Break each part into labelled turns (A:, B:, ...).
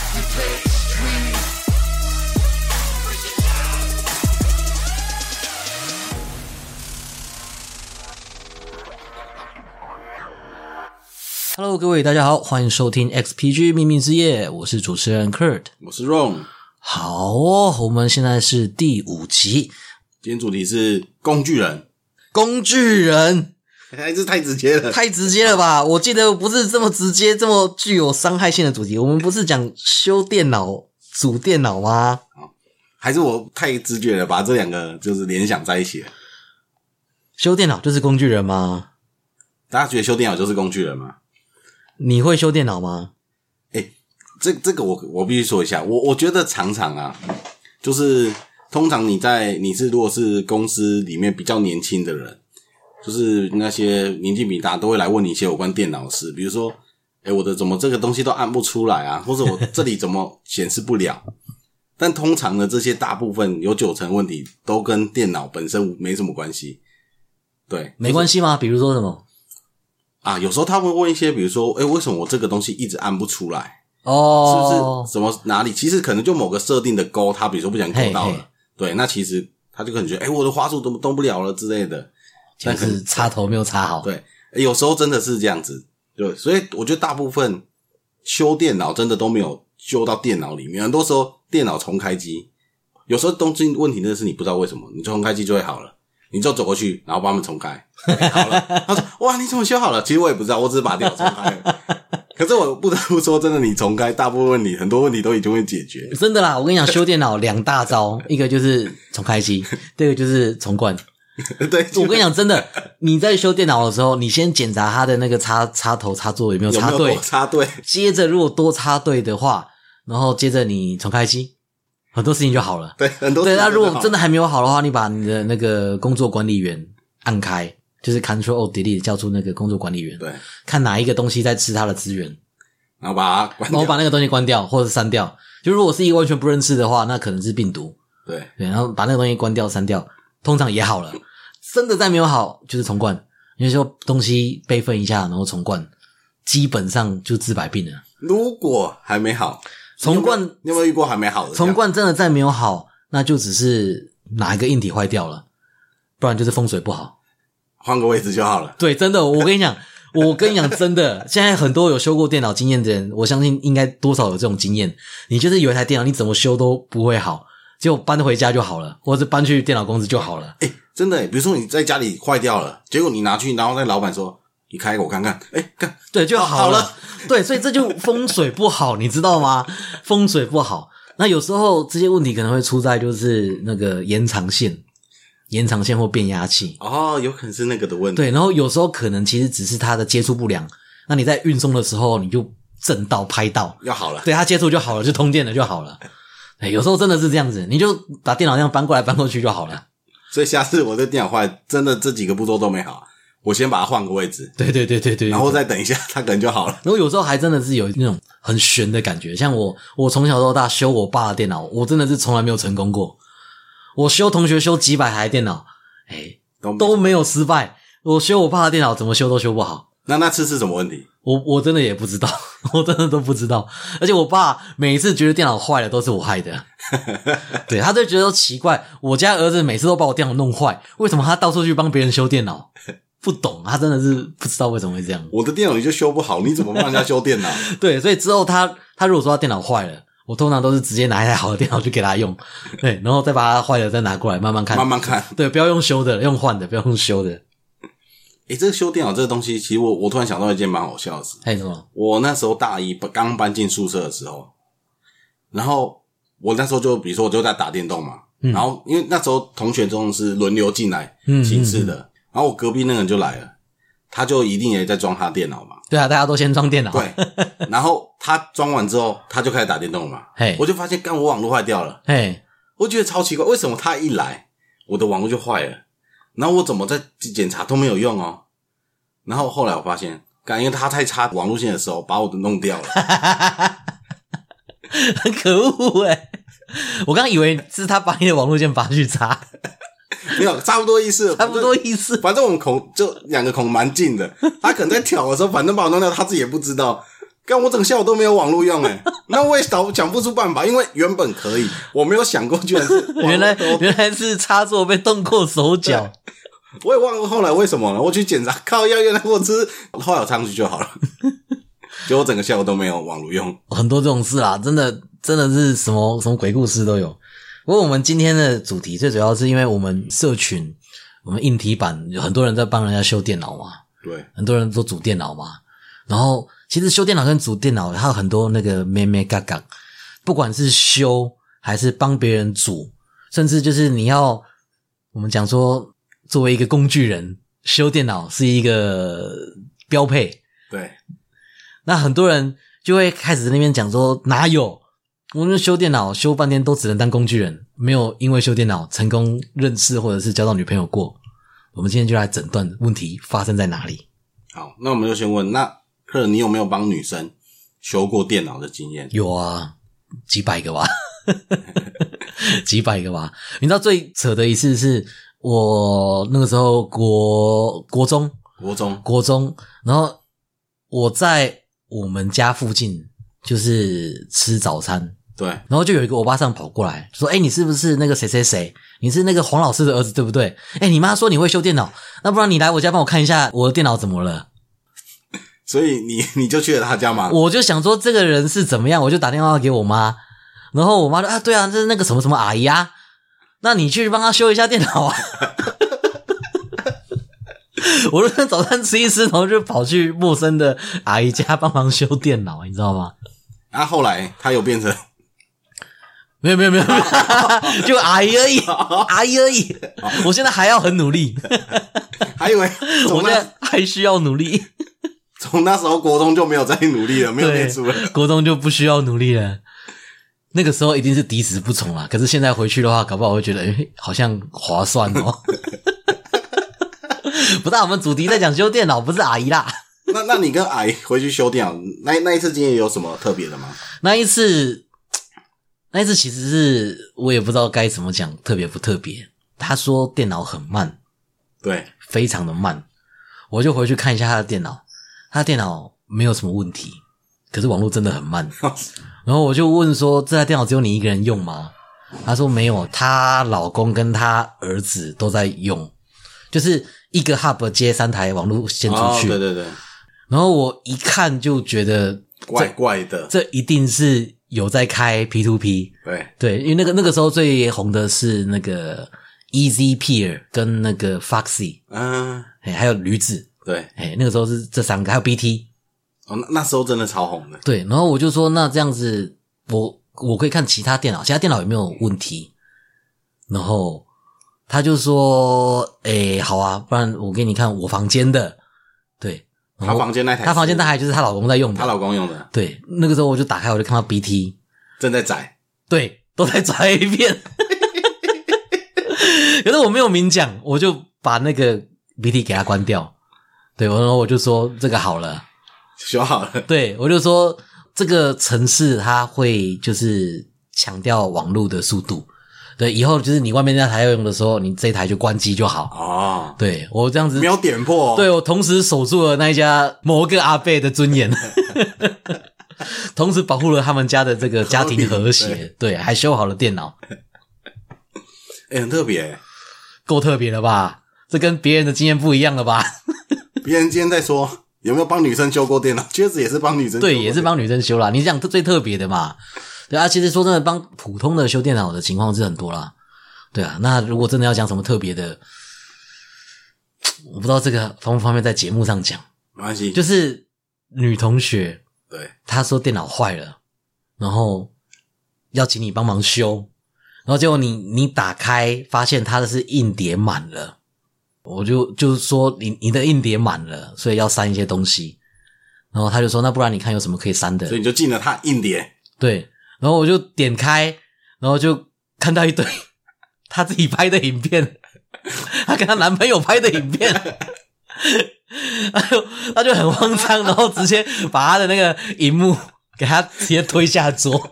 A: State Street.
B: 哈喽，各位大家好，欢迎收听 XPG 秘密之夜，我是主持人 Kurt。
C: 我是 Ron，
B: 好哦，我们现在是第五集，
C: 今天主题是工具人，
B: 工具人
C: 哎，这太直接了。
B: 太直接了吧？我记得不是这么直接、这么具有伤害性的主题。我们不是讲修电脑、组电脑吗？
C: 还是我太直觉了，把这两个就是联想在一起了。
B: 修电脑就是工具人吗？
C: 大家觉得修电脑就是工具人吗？
B: 你会修电脑吗？
C: 这这个我我必须说一下，我我觉得常常啊，就是通常你在你是如果是公司里面比较年轻的人，就是那些年纪比大都会来问你一些有关电脑的事，比如说，哎，我的怎么这个东西都按不出来啊，或者我这里怎么显示不了？但通常呢，这些大部分有九成问题都跟电脑本身没什么关系。对，
B: 没关系吗？比如说什么？
C: 啊，有时候他会问一些，比如说，哎，为什么我这个东西一直按不出来？是
B: 哦
C: 不，是什么哪里？其实可能就某个设定的勾，他比如说不想勾到了，
B: 嘿嘿
C: 对，那其实他就可能觉得，哎、我的花束怎么动不了了之类的。但可
B: 就
C: 能
B: 是插头没有插好。
C: 对、诶有时候真的是这样子，对，所以我觉得大部分修电脑真的都没有修到电脑里面，很多时候电脑重开机，有时候东西问题真的是你不知道为什么，你重开机就会好了。你就走过去，然后帮他们重开，诶好 了。他说：“哇，你怎么修好了？”其实我也不知道，我只是把电脑重开 了。可是我不得不说，真的，你重开，大部分问题很多问题都已经会解决。
B: 真的啦，我跟你讲，修电脑两大招，一个就是重开机， 第二个就是重灌。
C: 对，
B: 我跟你讲，真的，你在修电脑的时候，你先检查它的那个插插头、插座有没有
C: 有
B: 插
C: 没有
B: 对，
C: 多插队，
B: 接着如果多插对的话，然后接着你重开机，很多事情就好了。
C: 对，很多
B: 对，那如果真
C: 的
B: 的还没有好的话，你把你的那个工作管理员按开，就是 Control O Delete 叫出那个工作管理员，
C: 对，
B: 看哪一个东西在吃它的资源，
C: 然后把它关
B: 然后
C: 掉，
B: 把那个东西关掉或者删掉。就如果是一个完全不认识的话，那可能是病毒。
C: 对，
B: 对，然后把那个东西关掉、删掉，通常也好了。真的再没有好，就是重灌。因为说东西备份一下，然后重灌，基本上就治百病了。
C: 如果还没好，
B: 重灌
C: 你有没有遇过还没好的？
B: 重，灌真的再没有好，那就只是哪一个硬体坏掉了，不然就是风水不好。
C: 换个位置就好了。
B: 对，真的，我跟你 讲，我跟你讲，真的，现在很多有修过电脑经验的人，我相信应该多少有这种经验。你就是有一台电脑，你怎么修都不会好，结果搬回家就好了，或者是搬去电脑公司就好了。
C: 哎，真的，比如说你在家里坏掉了，结果你拿去，然后那老板说：“你开给我看看。”哎，看
B: 对，就好
C: 好
B: 了。
C: 了
B: 对，所以这就风水不好，你知道吗？ 风水不好，那有时候这些问题可能会出在就是那个延长线、延长线或变压器。
C: 哦，有可能是那个的问题。
B: 对，然后有时候可能其实只是它的接触不良，那你在运送的时候你就正到拍到，
C: 要好了，
B: 对它接触就好了，就通电了就好了。哎，有时候真的是这样子，你就把电脑这样搬过来搬过去就好了。
C: 所以下次我的电脑坏，真的这几个步骤都没好，我先把它换个位置，
B: 对对对对对，
C: 然后再等一下，它可能就好了。
B: 然后有时候还真的是有那种很悬的感觉，像我，我从小到大修我爸的电脑，我真的是从来没有成功过。我修同学修几百台电脑，哎，
C: 都没
B: 都没有失败。我修我爸的电脑，怎么修都修不好。
C: 那那次是什么问题？
B: 我我真的也不知道， 我真的都不知道。而且我爸每一次觉得电脑坏了，都是我害的。 对他就觉得说奇怪，我家儿子每次都把我电脑弄坏，为什么他到处去帮别人修电脑？不懂，他真的是不知道为什么会这样。
C: 我的电脑你就修不好，你怎么帮人家修电脑？
B: 对，所以之后他他如果说他电脑坏了，我通常都是直接拿一台好的电脑去给他用，对，然后再把它坏的再拿过来慢慢 看，
C: 慢慢看。
B: 对，不要用修的，用换的，不要用修的。
C: 诶、这个修电脑这个东西，其实我我突然想到一件蛮好笑的事。
B: 还有什么？
C: 我那时候大一刚搬进宿舍的时候，然后我那时候就比如说我就在打电动嘛，然后因为那时候同学中是轮流进来
B: 嗯
C: 寝室的，然后我隔壁那个人就来了，他就一定也在装他电脑嘛，
B: 对啊，大家都先装电脑，
C: 对，然后他装完之后他就开始打电动了嘛
B: 嘿，
C: 我就发现干我网络坏掉了，
B: 嘿，
C: 我觉得超奇怪，为什么他一来我的网络就坏了，然后我怎么再检查都没有用哦，然后后来我发现，干因为他太插网路线的时候把我的弄掉了。
B: 很可恶哎、我刚以为是他把你的网络线拔去插，
C: 没有，差不多意思，
B: 差不多意思。
C: 反正。反正我们孔就两个孔蛮近的，他可能在挑的时候，反正把我弄掉，他自己也不知道。干我整个下午都没有网络用哎、那我也找想不出办法，因为原本可以，我没有想过居然是网 络
B: 原来
C: 都
B: 原来是插座被动过手脚，
C: 我也忘了后来为什么了。我去检查，靠，要原来我吃后来我上去 就好了。结果我整个下午都没有网络用，
B: 很多这种事啊啦，真的真的是什么什么鬼故事都有。不过我们今天的主题最主要是因为我们社群，我们硬体版有很多人在帮人家修电脑嘛，
C: 对，
B: 很多人都组电脑嘛。然后其实修电脑跟组电脑，还有很多那个咩咩嘎嘎，不管是修还是帮别人组，甚至就是你要我们讲说，作为一个工具人，修电脑是一个标配。
C: 对，
B: 那很多人就会开始在那边讲说，哪有我们修电脑修半天都只能当工具人，没有因为修电脑成功认识或者是交到女朋友过。我们今天就来诊断问题发生在哪里。
C: 好，那我们就先问，那客人你有没有帮女生修过电脑的经验？
B: 有啊，几百个吧， 几百个吧。你知道最扯的一次是我那个时候国国中
C: 国中
B: 国中，然后我在我们家附近就是吃早餐，
C: 对
B: 然后就有一个欧巴桑跑过来，说：“哎、你是不是那个谁谁谁？你是那个黄老师的儿子对不对？哎、你妈说你会修电脑，那不然你来我家帮我看一下我的电脑怎么了？”
C: 所以你 你就去了他家嘛？
B: 我就想说这个人是怎么样，我就打电话给我妈，然后我妈说：“啊，对啊，这是那个什么什么阿姨啊，那你去帮她修一下电脑啊。” 我那天早餐吃一吃，然后就跑去陌生的阿姨家帮忙修电脑，你知道吗？
C: 啊，后来他 有变成
B: 没有没有没有，没有 就阿姨 而已，阿姨而已。我现在还要很努力，
C: 还以为从
B: 我现
C: 那
B: 在还需要努力。
C: 从那时候国中就没有再努力了，没有
B: 对
C: 念书了。
B: 国中就不需要努力了。那个时候一定是敌死不从啊啦，可是现在回去的话，搞不好会觉得，诶、好像划算哦。 不大，我们主题在讲修电脑，不是阿姨啦。
C: 那那你跟阿姨回去修电脑，那那一次经验有什么特别的吗？
B: 那一次，那一次其实是我也不知道该怎么讲，特别不特别。他说电脑很慢，
C: 对，
B: 非常的慢，我就回去看一下他的电脑，他的电脑没有什么问题，可是网络真的很 慢。然后我就问说：“这台电脑只有你一个人用吗？”她说：“没有，她老公跟她儿子都在用，就是一个 hub 接三台网络线出
C: 哦
B: 去。
C: 对对对，
B: 然后我一看就觉得
C: 怪怪的，
B: 这一定是有在开 P to P，
C: 对
B: 对，因为那个那个时候最红的是那个 Easy Peer 跟那个 Foxy，
C: 嗯，
B: 哎，还有驴子，
C: 对，
B: 哎，那个时候是这三个，还有 BT，
C: 哦，那那时候真的超红的，
B: 对，然后我就说，那这样子，我我可以看其他电脑，其他电脑有没有问题？然后他就说，诶、好啊，不然我给你看我房间的，对，然
C: 她
B: 后
C: 房间那台，
B: 她房间大，概就是她老公在用的，
C: 她老公用的，
B: 对，那个时候我就打开，我就看到 BT，
C: 正在宰，
B: 对，都在转一遍， 可是我没有明讲，我就把那个 BT 给他关掉，对，然后我就说这个好了。
C: 修好了，
B: 对，我就说这个城市它会就是强调网络的速度，对，以后就是你外面那台要用的时候，你这一台就关机就好。
C: 哦，
B: 对我这样子
C: 没，有点破、哦，
B: 对我同时守住了那一家某个阿贝的尊严， 同时保护了他们家的这个家庭和
C: 合
B: 谐，对，还修好了电脑，
C: 哎、很特别，
B: 够特别了吧？这跟别人的经验不一样了吧？
C: 别人今天在说有没有帮女生修过电脑，确实也是帮女生修过
B: 对，也是
C: 电脑
B: 帮女生修啦。你讲最特别的嘛，对啊。其实说真的，帮普通的修电脑的情况是很多啦。对啊，那如果真的要讲什么特别的，我不知道这个方不方便在节目上讲。
C: 没关系，
B: 就是女同学
C: 对，
B: 她说电脑坏了，然后要请你帮忙修，然后结果你你打开发现她的是硬碟满了，我就就是说你你的硬碟满了，所以要删一些东西。然后他就说：“那不然你看有什么可以删的？”
C: 所以你就进了她硬碟，
B: 对，然后我就点开，然后就看到一堆她自己拍的影片，她跟她男朋友拍的影片，她就她就很慌张，然后直接把她的那个荧幕给她直接推下桌。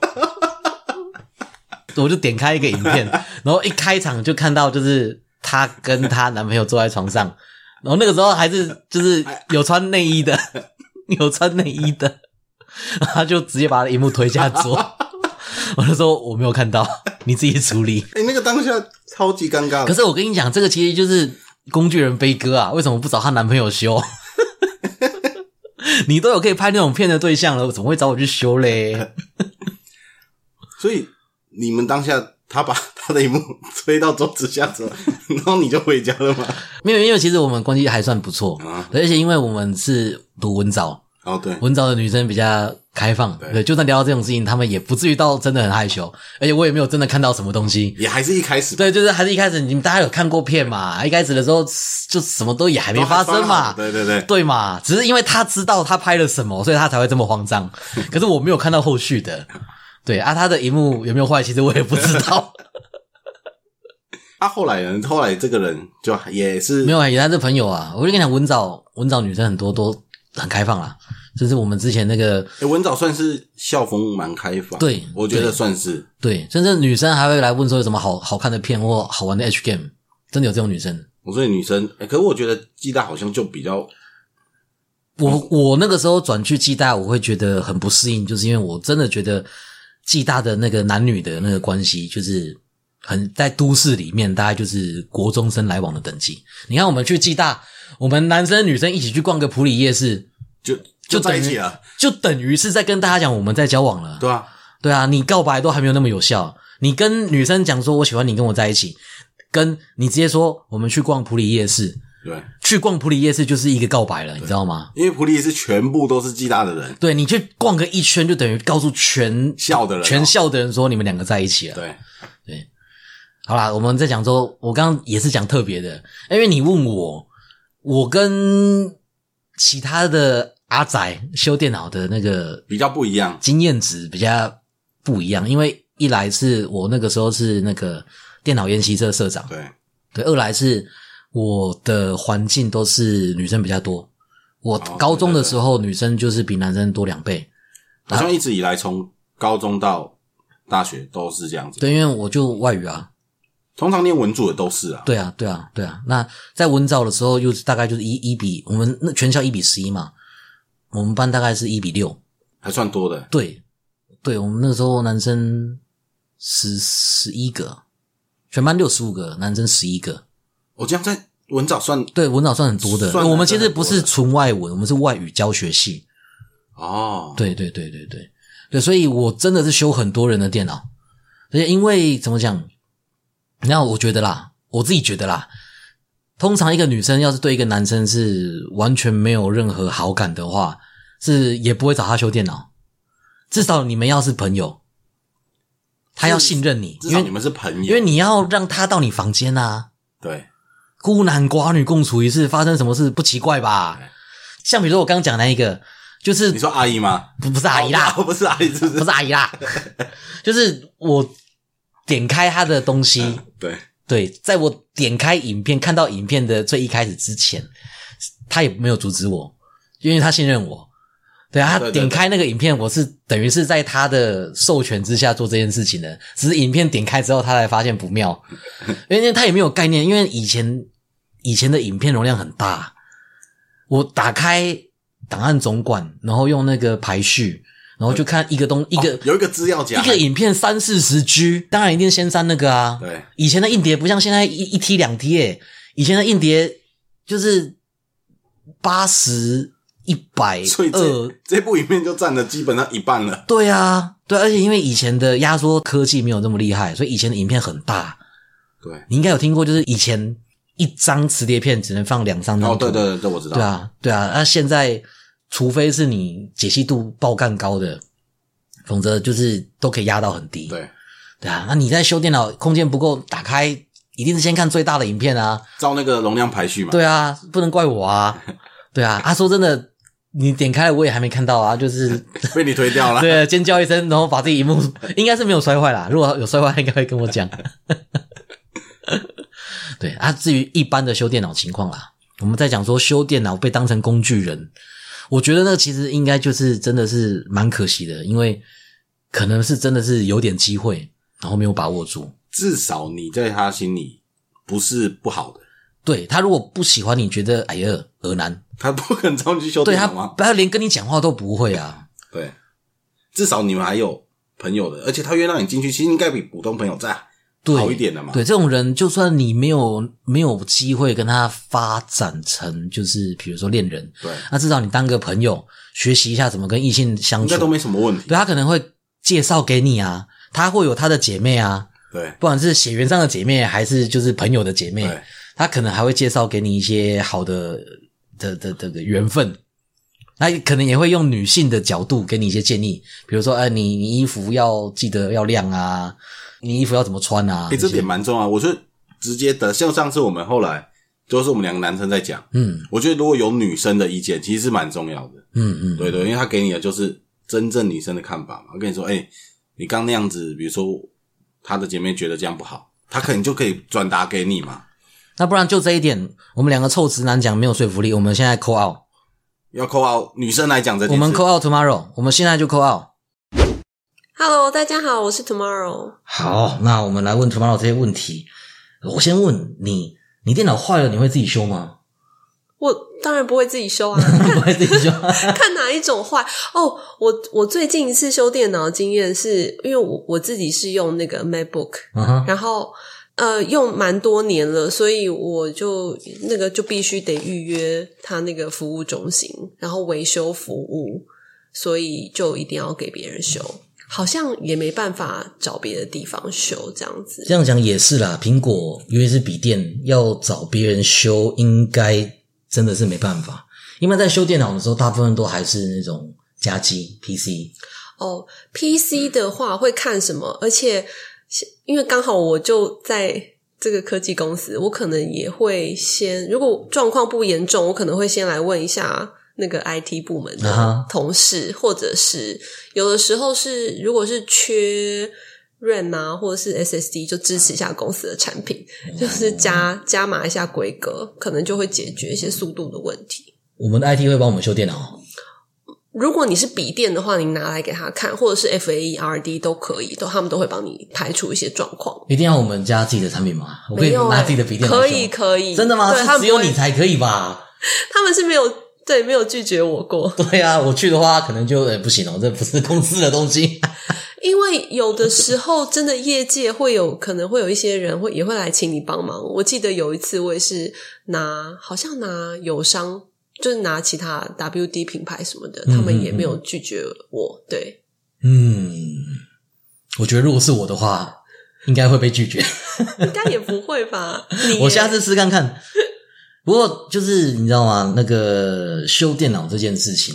B: 我就点开一个影片，然后一开场就看到就是她跟她男朋友坐在床上，然后那个时候还是就是有穿内衣的，有穿内衣的。他就直接把他的荧幕推下桌。我就说我没有看到，你自己处理。
C: 哎、那个当下超级尴尬的
B: 可，是我跟你讲，这个其实就是工具人悲歌啊！为什么不找她男朋友修？ 你都有可以拍那种片的对象了，怎么会找我去修嘞？
C: 所以你们当下他把他的荧幕推到桌子下 之后，然后你就回家了吗？
B: 没有，因为其实我们关系还算不错，
C: 啊，
B: 而且因为我们是读文藻，
C: 哦对，
B: 文藻的女生比较开放，
C: 对
B: 对，就算聊到这种事情，她们也不至于到真的很害羞，而且我也没有真的看到什么东西。
C: 也还是一开始
B: 对，就是还是一开始你们大家有看过片嘛？一开始的时候就什么都也还没发生嘛，
C: 对对对，
B: 对嘛？只是因为他知道他拍了什么，所以他才会这么慌 张。可是我没有看到后续的，对啊，他的荧幕有没有坏，其实我也不知 道。
C: 啊，后来呢？后来这个人就也是
B: 没有啊，也他是朋友啊。我就跟你讲，文藻文藻女生很多都很开放啦，就是我们之前那个
C: 诶欸文藻算是校风蛮开放，
B: 对
C: 我觉得
B: 对
C: 算是
B: 对，甚至女生还会来问说有什么好好看的片或好玩的 H game，真的有这种女生。
C: 我说女生，诶可是我觉得暨大好像就比较
B: 我我那个时候转去暨大，我会觉得很不适应，就是因为我真的觉得暨大的那个男女的那个关系，就是很在都市里面，大概就是国中生来往的等级。你看，我们去暨大，我们男生女生一起去逛个普里夜市，
C: 就
B: 就
C: 在
B: 等
C: 一起
B: 于
C: 了，
B: 就等于是在跟大家讲我们在交往了。
C: 对吧？
B: 对啊，你告白都还没有那么有效，你跟女生讲说我喜欢你，跟我在一起，跟你直接说我们去逛普里夜市，
C: 对，
B: 去逛普里夜市就是一个告白了，你知道吗？
C: 因为普利是全部都是暨大的人，
B: 对你去逛个一圈，就等于告诉全
C: 校的人哦
B: 全校的人说你们两个在一起了。
C: 对，
B: 好啦，我们在讲说，我刚刚也是讲特别的，因为你问我，我跟其他的阿仔修电脑的那个
C: 比较不一样，
B: 经验值比较不一样，因为一来是我那个时候是那个电脑研习社社长，
C: 对，
B: 对，二来是我的环境都是女生比较多，我
C: 哦
B: 高中
C: 对
B: 的
C: 对对
B: 时候女生就是比男生多两倍。
C: 好像一直以来从高中到大学都是这样子，
B: 对，因为我就外语啊，
C: 通常念文组的都是啊，
B: 对啊，对啊，对啊。那在文藻的时候，又是大概就是一一比，我们那全校一比十一嘛，我们班大概是一比六。
C: 还算多的，
B: 对，对，我们那时候男生十十一个，全班六十五个，男生十一个。
C: 我这样在文藻算
B: 对，文藻算很多的。
C: 算
B: 我们其实
C: 算很
B: 不
C: 多
B: 是
C: 的
B: 纯外文，我们是外语教学系。
C: 哦，
B: 对，对，对，对，对，对。所以我真的是修很多人的电脑，而且因为怎么讲，那我觉得啦，我自己觉得啦，通常一个女生要是对一个男生是完全没有任何好感的话，是也不会找他修电脑。至少你们要是朋友，他要信任你，
C: 至
B: 因
C: 少你
B: 为
C: 们是朋友，
B: 因为你要让他到你房间啊。
C: 对
B: 孤男寡女共处一室，发生什么事不奇怪吧
C: 对？
B: 像比如说我刚讲那一个，就是
C: 哎你说阿姨吗？
B: 不不是阿姨啦，
C: 哦不是阿姨，是不
B: 不
C: 是？
B: 是阿姨啦，就是我点开他的东西，
C: 对，
B: 对，在我点开影片看到影片的最一开始之前，他也没有阻止我，因为他信任我。对啊，
C: 对
B: 他
C: 对对
B: 点开那个影片，我是等于是在他的授权之下做这件事情的。只是影片点开之后，他才发现不 妙，因为他也没有概念，因为以前以前的影片容量很大，我打开档案总管，然后用那个排序，然后就看一个东一个、
C: 哦有一个资料夹，
B: 一个影片三四十 G，当然一定先删那个啊。
C: 对
B: 以前的硬碟不像现在一一 T 两 T 诶，以前的硬碟就是八十、一百
C: 所以
B: 二
C: 这，这部影片就占了基本上一半了。
B: 对啊，对，而且因为以前的压缩科技没有那么厉害，所以以前的影片很大。
C: 对，
B: 你应该有听过，就是以前一张磁碟片只能放两三张
C: 哦，
B: 图，
C: 对对对，这我知道。
B: 对，啊，对啊。那、现在除非是你解析度爆干高的，否则就是都可以压到很低。
C: 对，
B: 对啊，那你在修电脑空间不够，打开一定是先看最大的影片啊。
C: 照那个容量排序嘛。，
B: 对啊，不能怪我啊。对啊，啊，说真的，你点开了我也还没看到啊，就是
C: 被你推掉了。
B: 对尖叫一声，然后把自己荧幕应该是没有摔坏啦。如果有摔坏，应该会跟我讲。 对啊，至于一般的修电脑情况啦，我们在讲说修电脑被当成工具人，我觉得那其实应该就是真的是蛮可惜的，因为可能是真的是有点机会，然后没有把握住。
C: 至少你在他心里不是不好的，
B: 对他如果不喜欢你，觉得哎呀，俄男，
C: 他不肯找你去修
B: 对
C: 电
B: 他
C: 脑吗？
B: 不要连跟你讲话都不会啊。
C: 对，至少你们还有朋友的，而且他愿意让你进去，其实应该比普通朋友在
B: 对
C: 好一点的嘛。
B: 对，这种人，就算你没有没有机会跟他发展成，就是比如说恋人，
C: 对，
B: 那至少你当个朋友，学习一下怎么跟异性相
C: 应
B: 处
C: 该都，没什么问题。
B: 对他可能会介绍给你啊，他会有他的姐妹啊，
C: 对
B: 不管是血缘上的姐妹，还是就是朋友的姐妹
C: 对，
B: 他可能还会介绍给你一些好的的的的的缘分。那可能也会用女性的角度给你一些建议，比如说，哎、你你衣服要记得要亮啊，你衣服要怎么穿啊？
C: 哎，这
B: 些
C: 点蛮重要。我觉得直接的，像上次我们后来就是我们两个男生在讲，
B: 嗯
C: 我觉得如果有女生的意见，其实是蛮重要的。
B: 嗯嗯，
C: 对对，因为他给你的就是真正女生的看法嘛。我跟你说，哎、你刚那样子，比如说她的姐妹觉得这样不好，她可能就可以转达给你嘛。
B: 那不然就这一点，我们两个臭直男讲没有说服力，我们现在 call out，
C: 要扣到女生来讲这
B: 我
C: 件事，
B: 们 call out tomorrow，我们现在就 call out。
A: Hello，大家好，我是 Tomorrow。
B: 好，那我们来问 tomorrow 这些问题。我先问你，你电脑坏了，你会自己修吗？
A: 我当然不会自己修啊，
B: 不会自己修。
A: 看哪一种坏哦。我我最近一次修电脑的经验是，因为我我自己是用那个 MacBook，
B: 嗯哼，
A: 然后呃用蛮多年了，所以我就那个就必须得预约他那个服务中心，然后维修服务，所以就一定要给别人修，好像也没办法找别的地方修这样子。
B: 这样讲也是啦。苹果尤其是笔电，要找别人修，应该真的是没办法。因为在修电脑的时候，大部分都还是那种家机 PC。
A: 哦，PC 的话会看什么？而且因为刚好我就在这个科技公司，我可能也会先，如果状况不严重，我可能会先来问一下那个 IT 部门
B: 啊哈
A: 的同事，或者是有的时候是如果是缺。RAM 啊，或者是 SSD，就支持一下公司的产品，就是加加码一下规格，可能就会解决一些速度的问题。
B: 我们的 IT 会帮我们修电脑，哦
A: 如果你是笔电的话，你拿来给他看，或者是 F A E R D 都可以，都他们都会帮你排除一些状况。
B: 一定要我们家自己的产品吗？我可以
A: 没有
B: 拿
A: 欸
B: 自己的笔电来修
A: 可以可以，
B: 真的吗？
A: 对，他
B: 是
A: 们
B: 只有
A: 不会
B: 你，才可以吧？
A: 他们是没有对没有拒绝我过，
B: 对啊，我去的话可能就、呃不行哦，这不是公司的东西。
A: 因为有的时候真的业界会有可能会有一些人会也会来请你帮忙。我记得有一次我也是拿好像拿友商，就是拿其他 W D 品牌什么的，他们也没有拒绝我。对，
B: 嗯，我觉得如果是我的话，应该会被拒绝。
A: 应该也不会吧？你
B: 嗯 我
A: 耶
B: 下次试看看。不过就是你知道吗？那个修电脑这件事情，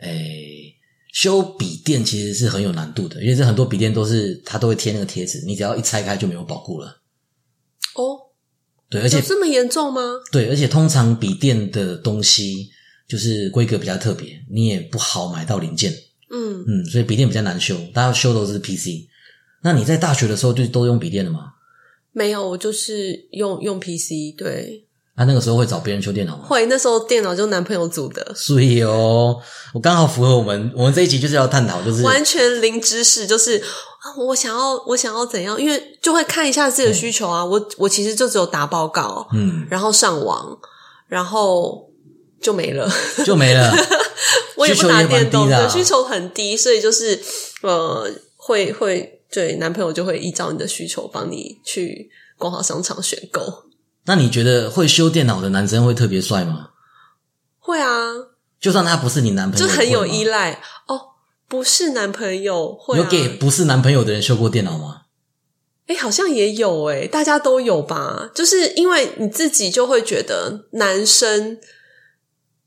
B: 诶，修笔电其实是很有难度的，因为这很多笔电都是它都会贴那个贴纸，你只要一拆开就没有保护了。
A: 哦，
B: 对，而且
A: 有这么严重吗？
B: 对，而且通常笔电的东西就是规格比较特别，你也不好买到零件，
A: 嗯，
B: 嗯，所以笔电比较难修，大家修都是 PC。那你在大学的时候就都用笔电了吗？
A: 没有，我就是用用 PC，对，
B: 啊，那个时候会找别人修电脑吗？
A: 会那时候电脑就男朋友组的，
B: 所以哦，我刚好符合我们我们这一集就是要探讨，就是
A: 完全零知识，就是啊，我想要我想要怎样，因为就会看一下自己的需求啊。我我其实就只有打报告，
B: 嗯，
A: 然后上网，然后就没了。
B: 就没了。
A: 我也不打电动，
B: 需求也蛮低的啊
A: 对，需求很低，所以就是呃，会会对男朋友就会依照你的需求帮你去逛好商场选购。
B: 那你觉得会修电脑的男生会特别帅吗？
A: 会啊，
B: 就算他不是你男朋友，
A: 就很有依
B: 赖。
A: 赖哦。不是男朋友会、啊、
B: 有给不是男朋友的人修过电脑吗？
A: 哎、好像也有哎、大家都有吧？就是因为你自己就会觉得男生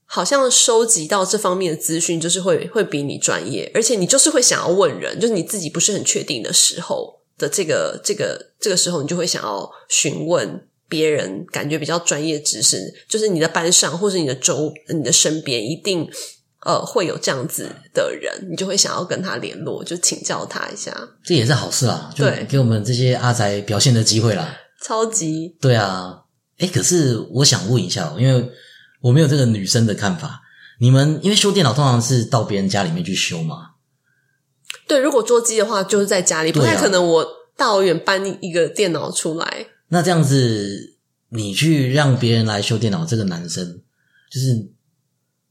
A: 好像收集到这方面的资讯，就是会会比你专业，而且你就是会想要问人，就是你自己不是很确定的时候的这个这个这个时候，你就会想要询问别人，感觉比较专业知识，就是你的班上或是你的周你的身边一定。呃，会有这样子的人，你就会想要跟他联络，就请教他一下。
B: 这也是好事啦，就
A: 对
B: 给我们这些阿宅表现的机会啦。
A: 超级
B: 对啊，哎，可是我想问一下哦，因为我没有这个女生的看法。你们因为修电脑通常是到别人家里面去修嘛，
A: 对，如果桌机的话，就是在家里，不
B: 对啊
A: 太可能我大老远搬一个电脑出来。
B: 那这样子，你去让别人来修电脑，这个男生就是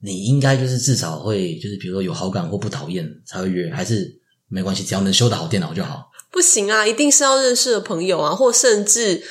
B: 你应该就是至少会就是比如说有好感或不讨厌才会约，还是没关系，只要能修得好电脑就好。
A: 不行啊，一定是要认识的朋友啊，或甚至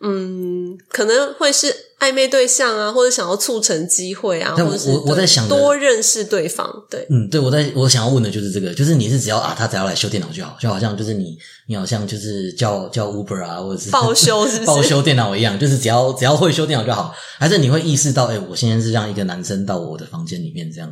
A: 嗯，可能会是暧昧对象啊，或者想要促成机会啊，
B: 但
A: 或者是
B: 我我在想的
A: 多认识对方，对，
B: 嗯，对，我在我想要问的就是这个，就是你是只要啊，他只要来修电脑就好，就好像就是你你好像就是叫叫 Uber 啊，或者是
A: 报修是不是
B: 报修电脑一样，就是只要只要会修电脑就好，还是你会意识到，哎、我现在是让一个男生到我的房间里面这样，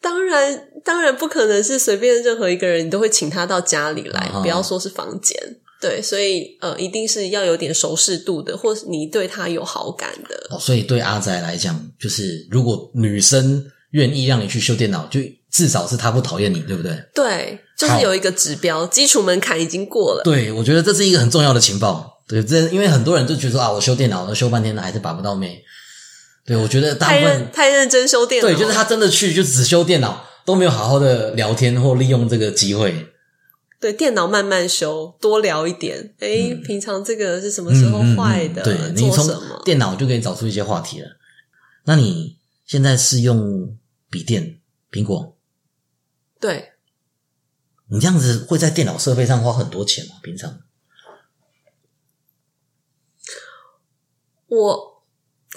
A: 当然，当然不可能是随便任何一个人，你都会请他到家里来，
B: 啊
A: 不要说是房间。对，所以呃，一定是要有点熟视度的，或是你对他有好感的。
B: 哦，所以对阿宅来讲，就是如果女生愿意让你去修电脑，就至少是她不讨厌你，对不对？
A: 对，就是
B: 好
A: 有一个指标，基础门槛已经过了。
B: 对，我觉得这是一个很重要的情报。对，这因为很多人就觉得说啊，我修电脑修半天了，还是把不到妹。对，我觉得大
A: 太
B: 部
A: 认
B: 分
A: 太认真修电脑，
B: 对，就是他真的去就只修电脑，都没有好好的聊天或利用这个机会。
A: 对电脑慢慢修，多聊一点。诶，
B: 嗯
A: 平常这个是什么时候坏的？
B: 对你
A: 做
B: 从
A: 什么？
B: 电脑就可以找出一些话题了。那你现在是用笔电、苹果？
A: 对，
B: 你这样子会在电脑设备上花很多钱吗？平常
A: 我，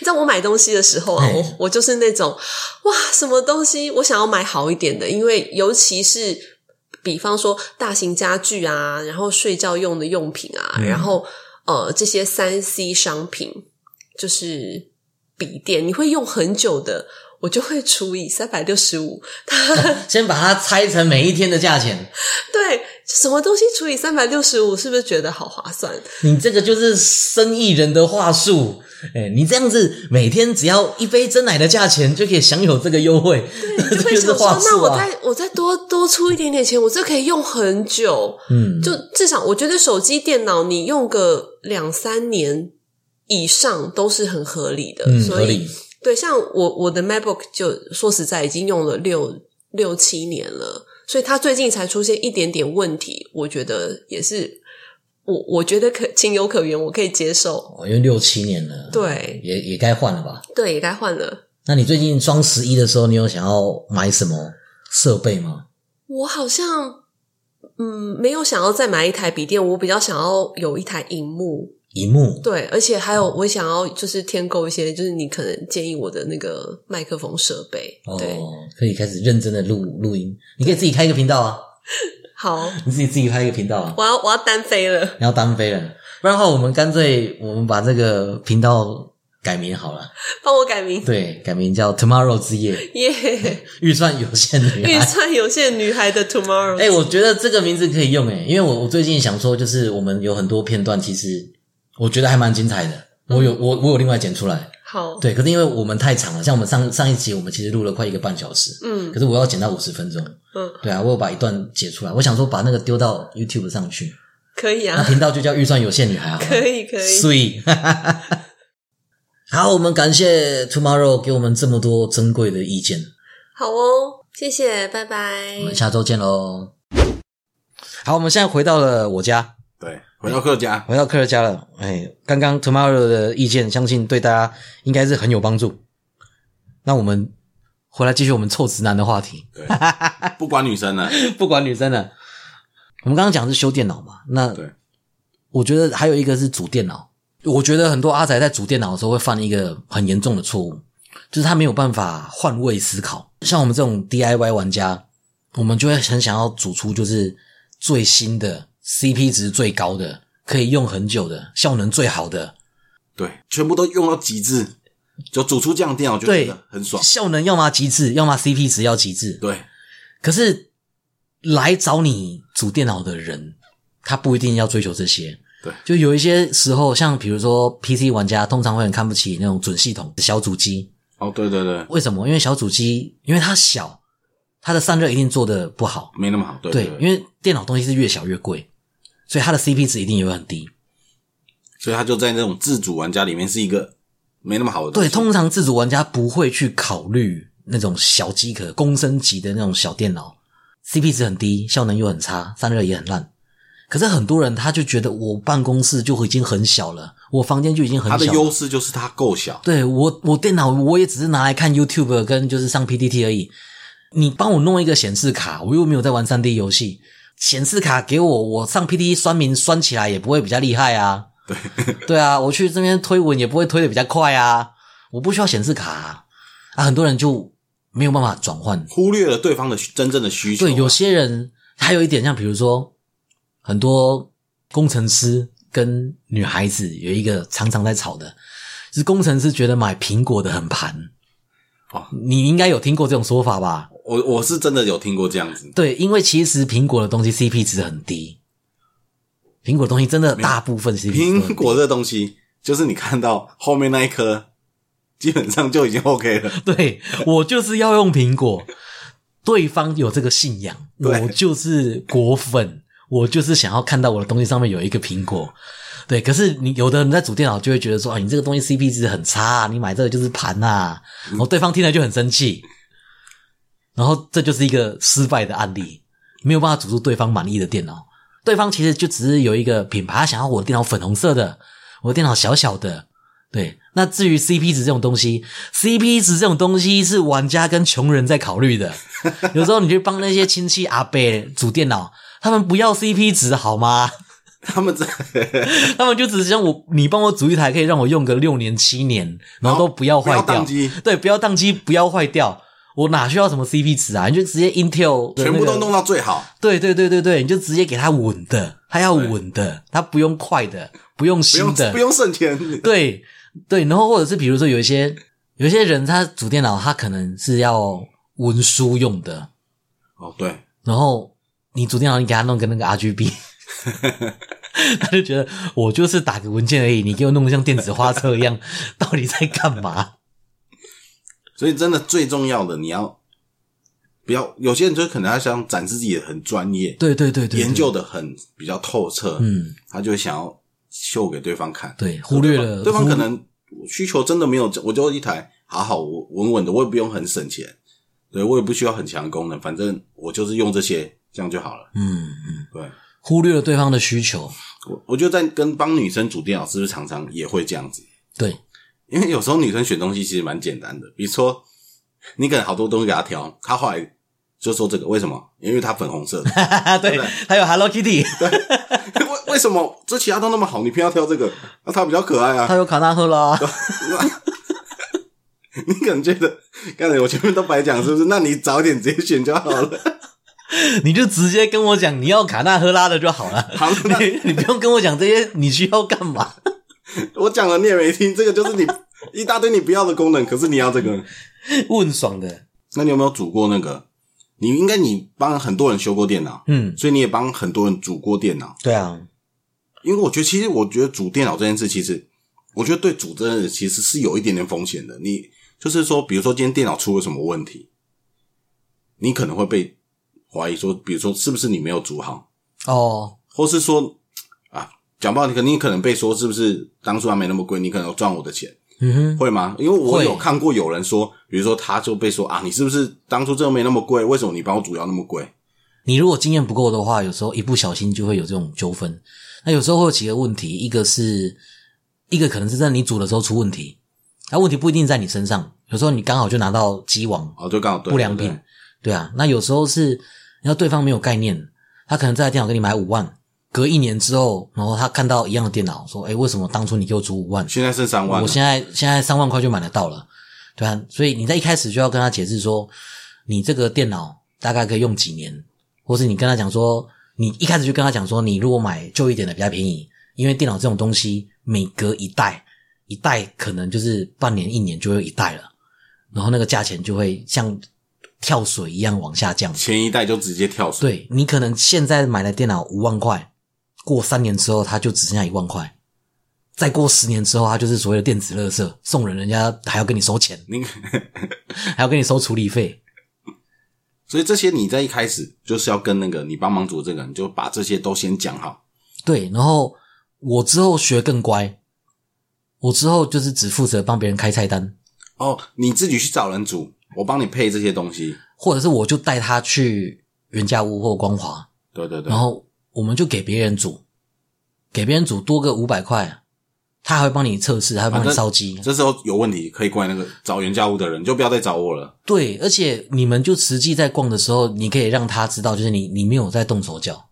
A: 你知道我买东西的时候啊，
B: 嘿
A: 我我就是那种哇，什么东西我想要买好一点的，因为尤其是比方说大型家具啊，然后睡觉用的用品啊，
B: 嗯
A: 然后呃这些三 C 商品，就是笔电，你会用很久的，我就会除以三百六十五，
B: 先把它拆成每一天的价钱，
A: 对，什么东西除以三百六十五，是不是觉得好划 算？
B: 你这个就是生意人的话术。哎、你这样子每天只要一杯真奶的价钱就可以享有这个优惠，
A: 你 就会
B: 这
A: 想
B: 是
A: 说，
B: 话
A: 那
B: 术
A: 我
B: 啊。
A: 再我再多多出一点点钱，我这可以用很久。
B: 嗯，
A: 就至少我觉得手机、电脑你用个两三年以上都是很合理的，
B: 嗯
A: 所
B: 合
A: 以
B: 理。
A: 对，像我我的 MacBook 就说实在已经用了六六七年了，所以它最近才出现一点点问题，我觉得也是。我我觉得可情有可原，我可以接受。
B: 哦，因为六七年了，
A: 对
B: 也也该换了吧。
A: 对，也该换了。
B: 那你最近双十一的时候，你有想要买什么设备吗？
A: 我好像嗯没有想要再买一台笔电，我比较想要有一台荧幕。
B: 荧幕
A: 对，而且还有我想要就是添购一些，就是你可能建议我的那个麦克风设备。
B: 哦
A: 对，，
B: 可以开始认真的录录音。你可以自己开一个频道啊，
A: 好，
B: 你自己自己开一个频道啊。
A: 我要我要单飞了。
B: 你要单飞了，不然的话，我们干脆我们把这个频道改名好了。
A: 帮我改名，
B: 对，改名叫 Tomorrow 之夜，
A: 耶、
B: 预算有限女
A: 预
B: 孩。
A: 算有限，女孩的 Tomorrow。
B: 哎、我觉得这个名字可以用哎、因为我我最近想说，就是我们有很多片段，其实我觉得还蛮精彩的。我
A: 嗯
B: 有我我有另外剪出来，
A: 好，
B: 对，可是因为我们太长了，像我们上上一集我们其实录了快一个半小时，
A: 嗯
B: 可是我要剪到五十分钟，
A: 嗯，
B: 对啊，我有把一段截出来，我想说把那个丢到 YouTube 上去，
A: 可以
B: 那
A: 啊，
B: 频道就叫预算有限女孩好了，
A: 可以可以。
B: 所以， 好，我们感谢 Tomorrow 给我们这么多珍贵的意见，
A: 好哦，谢谢，拜拜
B: 我。们下周见喽。好，我们现在回到了我家，
C: 对，回到客家，
B: 回到客人家了。哎，刚刚 Tomorrow 的意见，相信对大家应该是很有帮助。那我们回来继续我们臭直男的话题。
C: 对，不管女生了，
B: 不管女生了。我们刚刚讲的是修电脑嘛，那
C: 对
B: 我觉得还有一个是组电脑。我觉得很多阿宅在组电脑的时候会犯一个很严重的错误，就是他没有办法换位思考。像我们这种 DIY 玩家，我们就会很想要组出就是最新的、CP 值最高的、可以用很久的、效能最好的，
C: 对，全部都用到极致，就煮出这样的电脑，就觉
B: 对
C: 得很爽。
B: 效能要么极致，要么 CP 值要极致。
C: 对，
B: 可是来找你组电脑的人，他不一定要追求这些。
C: 对
B: 就有一些时候，像比如说 PC 玩家，通常会很看不起那种准系统小主机。
C: 哦，对对对，
B: 为什么？因为小主机，因为它小，它的散热一定做的不好。
C: 没那么好，对
B: 对，因
C: 为
B: 为电脑东西是越小越贵，所以它的 CP 值一定也会很低。
C: 所以他就在那种自主玩家里面是一个没那么好的东
B: 对，
C: 西，
B: 通常自主玩家不会去考虑那种小机壳、公升级的那种小电脑，CP 值很低，效能又很差，散热也很烂。可是很多人他就觉得我办公室就已经很小了，我房间就已经很
C: 它的
B: 小
C: 优
B: 了。
C: 势就是它够小，
B: 对我，我电脑我也只是拿来看 YouTube 跟就是上 PPT 而已。你帮我弄一个显示卡，我又没有在玩三 D 游戏，显示卡给我，我上 PPT 酸民酸起来也不会比较厉害啊。对 对啊，我去这边推文也不会推的比较快啊，我不需要显示卡啊，啊很多人就没有办法转换。
C: 忽略了对方的需真正的需求啊。
B: 对，有些人还有一点像，比如说很多工程师跟女孩子有一个常常在吵的，就是工程师觉得买苹果的很盘。
C: 哦
B: 你应该有听过这种说法吧？
C: 我我是真的有听过这样子，
B: 对，因为其实苹果的东西 CP 值很低，苹果的东西真的大部分 CP 值都很低
C: 苹果这东西就是你看到后面那一颗，基本上就已经 OK 了。
B: 对我就是要用苹果，对方有这个信仰，
C: 对
B: 我就是果粉，我就是想要看到我的东西上面有一个苹果。对，可是你有的人在组电脑就会觉得说，啊，你这个东西 CP 值很差、你买这个就是盘啊，然后对方听了就很生气，然后这就是一个失败的案例，没有办法组出对方满意的电脑。对方其实就只是有一个品牌，他想要我的电脑粉红色的，我的电脑小小的，对，那至于 CP 值这种东西，CP 值这种东西是玩家跟穷人在考虑 的。有时候你去帮那些亲戚阿伯组电脑，他们不要 CP 值好吗？
C: 他们这
B: 他们就只是让我你帮我组一台，可以让我用个六年七年，然后都不要
C: 哦不
B: 坏
C: 要
B: 掉
C: 宕。机，
B: 对，不要宕机，不要坏掉。我哪需要什么 CP 值啊？你就直接 Intel 的那
C: 全
B: 个
C: 部都弄到最好。
B: 对对对对对，你就直接给他稳的，他要稳的，他不用快的，不用
C: 不
B: 新
C: 用
B: 的，
C: 不用省钱，
B: 对对，然后或者是比如说有一些有一些人他主电脑他可能是要文书用的，
C: 哦，对，
B: 然后你主电脑你给他弄个那个 RGB，他就觉得我就是打个文件而已，你给我弄得像电子花车一样， 到底在干嘛？
C: 所以真的最重要的，你要不要？有些人就可能他想展示自己的很专业，
B: 对对对对，
C: 研
B: 对，
C: 究的很比较透彻，
B: 嗯，
C: 他就想要秀给对方看。
B: 对，忽略了
C: 对方
B: 忽
C: 可能需求真的没有这，我就一台好好我稳稳的，我也不用很省钱，对我也不需要很强的功能，反正我就是用这些，这样就好了。
B: 嗯嗯，
C: 对
B: 忽略了对方的需求，
C: 我，我就在跟帮女生组电脑，是不是常常也会这样子？
B: 对
C: 因为有时候女生选东西其实蛮简单的，比如说你可能好多东西给她挑，她后来就说这个为什么？因为它粉 红色的。
B: 对
C: 对，
B: 还有 Hello Kitty，
C: 为为什么这其他都那么好，你偏要挑这个？那、它比较可爱啊
B: 他。有卡纳赫啦，
C: 你可能觉得，刚才我前面都白讲是不是？那你早点直接选就好了。
B: 你就直接跟我讲你要卡纳赫拉的就好了。
C: 好，那
B: 你你不用跟我讲这些，你需要干嘛？
C: 我讲了你也没听，这个就是你一大堆你不要的功能，可是你要这个。
B: 问爽的，
C: 那你有没有组过那个？你应该你帮很多人修过电脑，
B: 嗯，
C: 所以你也帮很多人组过电脑。
B: 对啊，
C: 因为我觉得，其实我觉得组电脑这件事，其实我觉得对组真的其实是有一点点风险的。你就是说，比如说今天电脑出了什么问题，你可能会被怀疑说，比如说是不是你没有组好，
B: 哦，
C: 或是说啊，讲不好听，可能你可能被说是不是当初还没那么贵，你可能有赚我的钱。
B: 嗯哼，
C: 会吗？因为我
B: 会
C: 有看过有人说，比如说他就被说啊，你是不是当初这个没那么贵？为什么你帮我主要那么贵？
B: 你如果经验不够的话，有时候一不小心就会有这种纠纷。那有时候会有几个问题，一个是一个可能是在你煮的时候出问题，那问题不一定在你身上，有时候你刚好就拿到鸡网
C: 哦，就刚好对
B: 不良
C: 对
B: 品，对啊。那有时候是，然后对方没有概念，他可能这台电脑给你买五万，隔一年之后，然后他看到一样的电脑，说：“哎，为什么当初你给我出五万？”
C: 现在剩三万了，啊
B: 我现在现在三万块就买得到了，对啊，所以你在一开始就要跟他解释说，你这个电脑大概可以用几年，或是你跟他讲说，你一开始就跟他讲说，你如果买旧一点的比较便宜，因为电脑这种东西每隔一代一代可能就是半年一年就会有一代了，然后那个价钱就会像跳水一样往下降。
C: 前一代就直接跳水，
B: 对你可能现在买的电脑五万块，过三年之后它就只剩下一万块，再过十年之后，它就是所谓的电子垃圾，送人人家还要跟你收钱，
C: 你
B: 还要跟你收处理费。
C: 所以这些你在一开始就是要跟那个你帮忙组这个人，你就把这些都先讲好。
B: 对，然后我之后学更乖，我之后就是只负责帮别人开菜单，
C: 哦，你自己去找人组，我帮你配这些东西。
B: 或者是我就带他去原价屋或光华，
C: 对对对
B: 然，后我们就给别人煮，给别人煮多个五百块，他还会帮你测试，还会帮你
C: 啊
B: 烧鸡。
C: 这时候有问题可以怪那个找原价屋的人，就不要再找我了。
B: 对，而且你们就实际在逛的时候，你可以让他知道，就是你你没有在动手脚。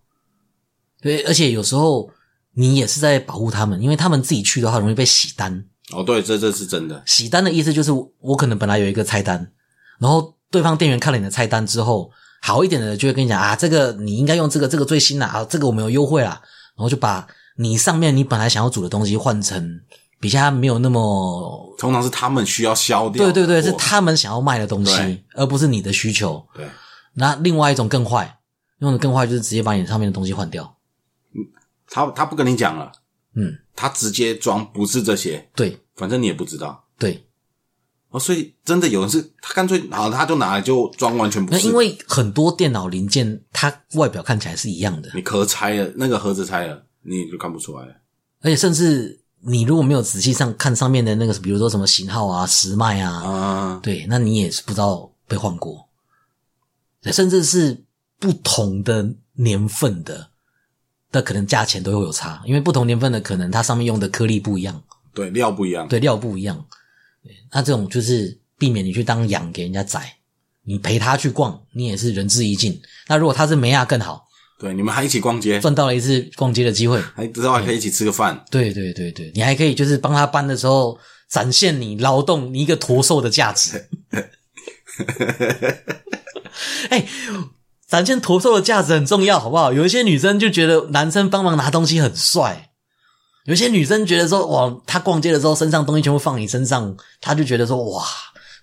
B: 对，而且有时候你也是在保护他们，因为他们自己去的话容易被洗单。
C: 哦，对，这这是真的。
B: 洗单的意思就是我可能本来有一个菜单，然后对方店员看了你的菜单之后，好一点的就会跟你讲啊，这个你应该用这个，这个最新啦，啊，这个我们有优惠啦，然后就把你上面你本来想要煮的东西换成比较没有那么，
C: 通常是他们需要消掉
B: 对
C: 的货。
B: 对对，是他们想要卖的东西
C: 对，
B: 而不是你的需求。
C: 对，
B: 那另外一种更坏，用的更坏就是直接把你上面的东西换掉。
C: 他他不跟你讲了，
B: 嗯，
C: 他直接装不是这些，
B: 对
C: 反正你也不知道。
B: 对，
C: 哦，所以真的有人是他干脆，好，他就拿来就装完全不
B: 那
C: 是，
B: 因为很多电脑零件它外表看起来是一样的，
C: 你壳拆了，那个盒子拆了，你就看不出来了。
B: 而且甚至你如果没有仔细上看上面的那个，比如说什么型号啊、时脉啊，
C: 啊，
B: 对，那你也是不知道被换过，对甚至是不同的年份的，那可能价钱都会有差，因为不同年份的可能它上面用的颗粒不一样，
C: 对，料不一样。
B: 对，料不一样，对那这种就是避免你去当羊给人家宰，你陪他去逛，你也是仁至义尽。那如果他是梅亚更好，
C: 对，你们还一起逛街，
B: 赚到了一次逛街的机会。
C: 还之后还可以一起吃个饭。
B: 对对对对，你还可以就是帮他搬的时候展现你劳动你一个驼兽的价值。哎、展现驼兽的价值很重要，好不好？有一些女生就觉得男生帮忙拿东西很帅，有一些女生觉得说哇，她逛街的时候身上东西全部放你身上，她就觉得说哇，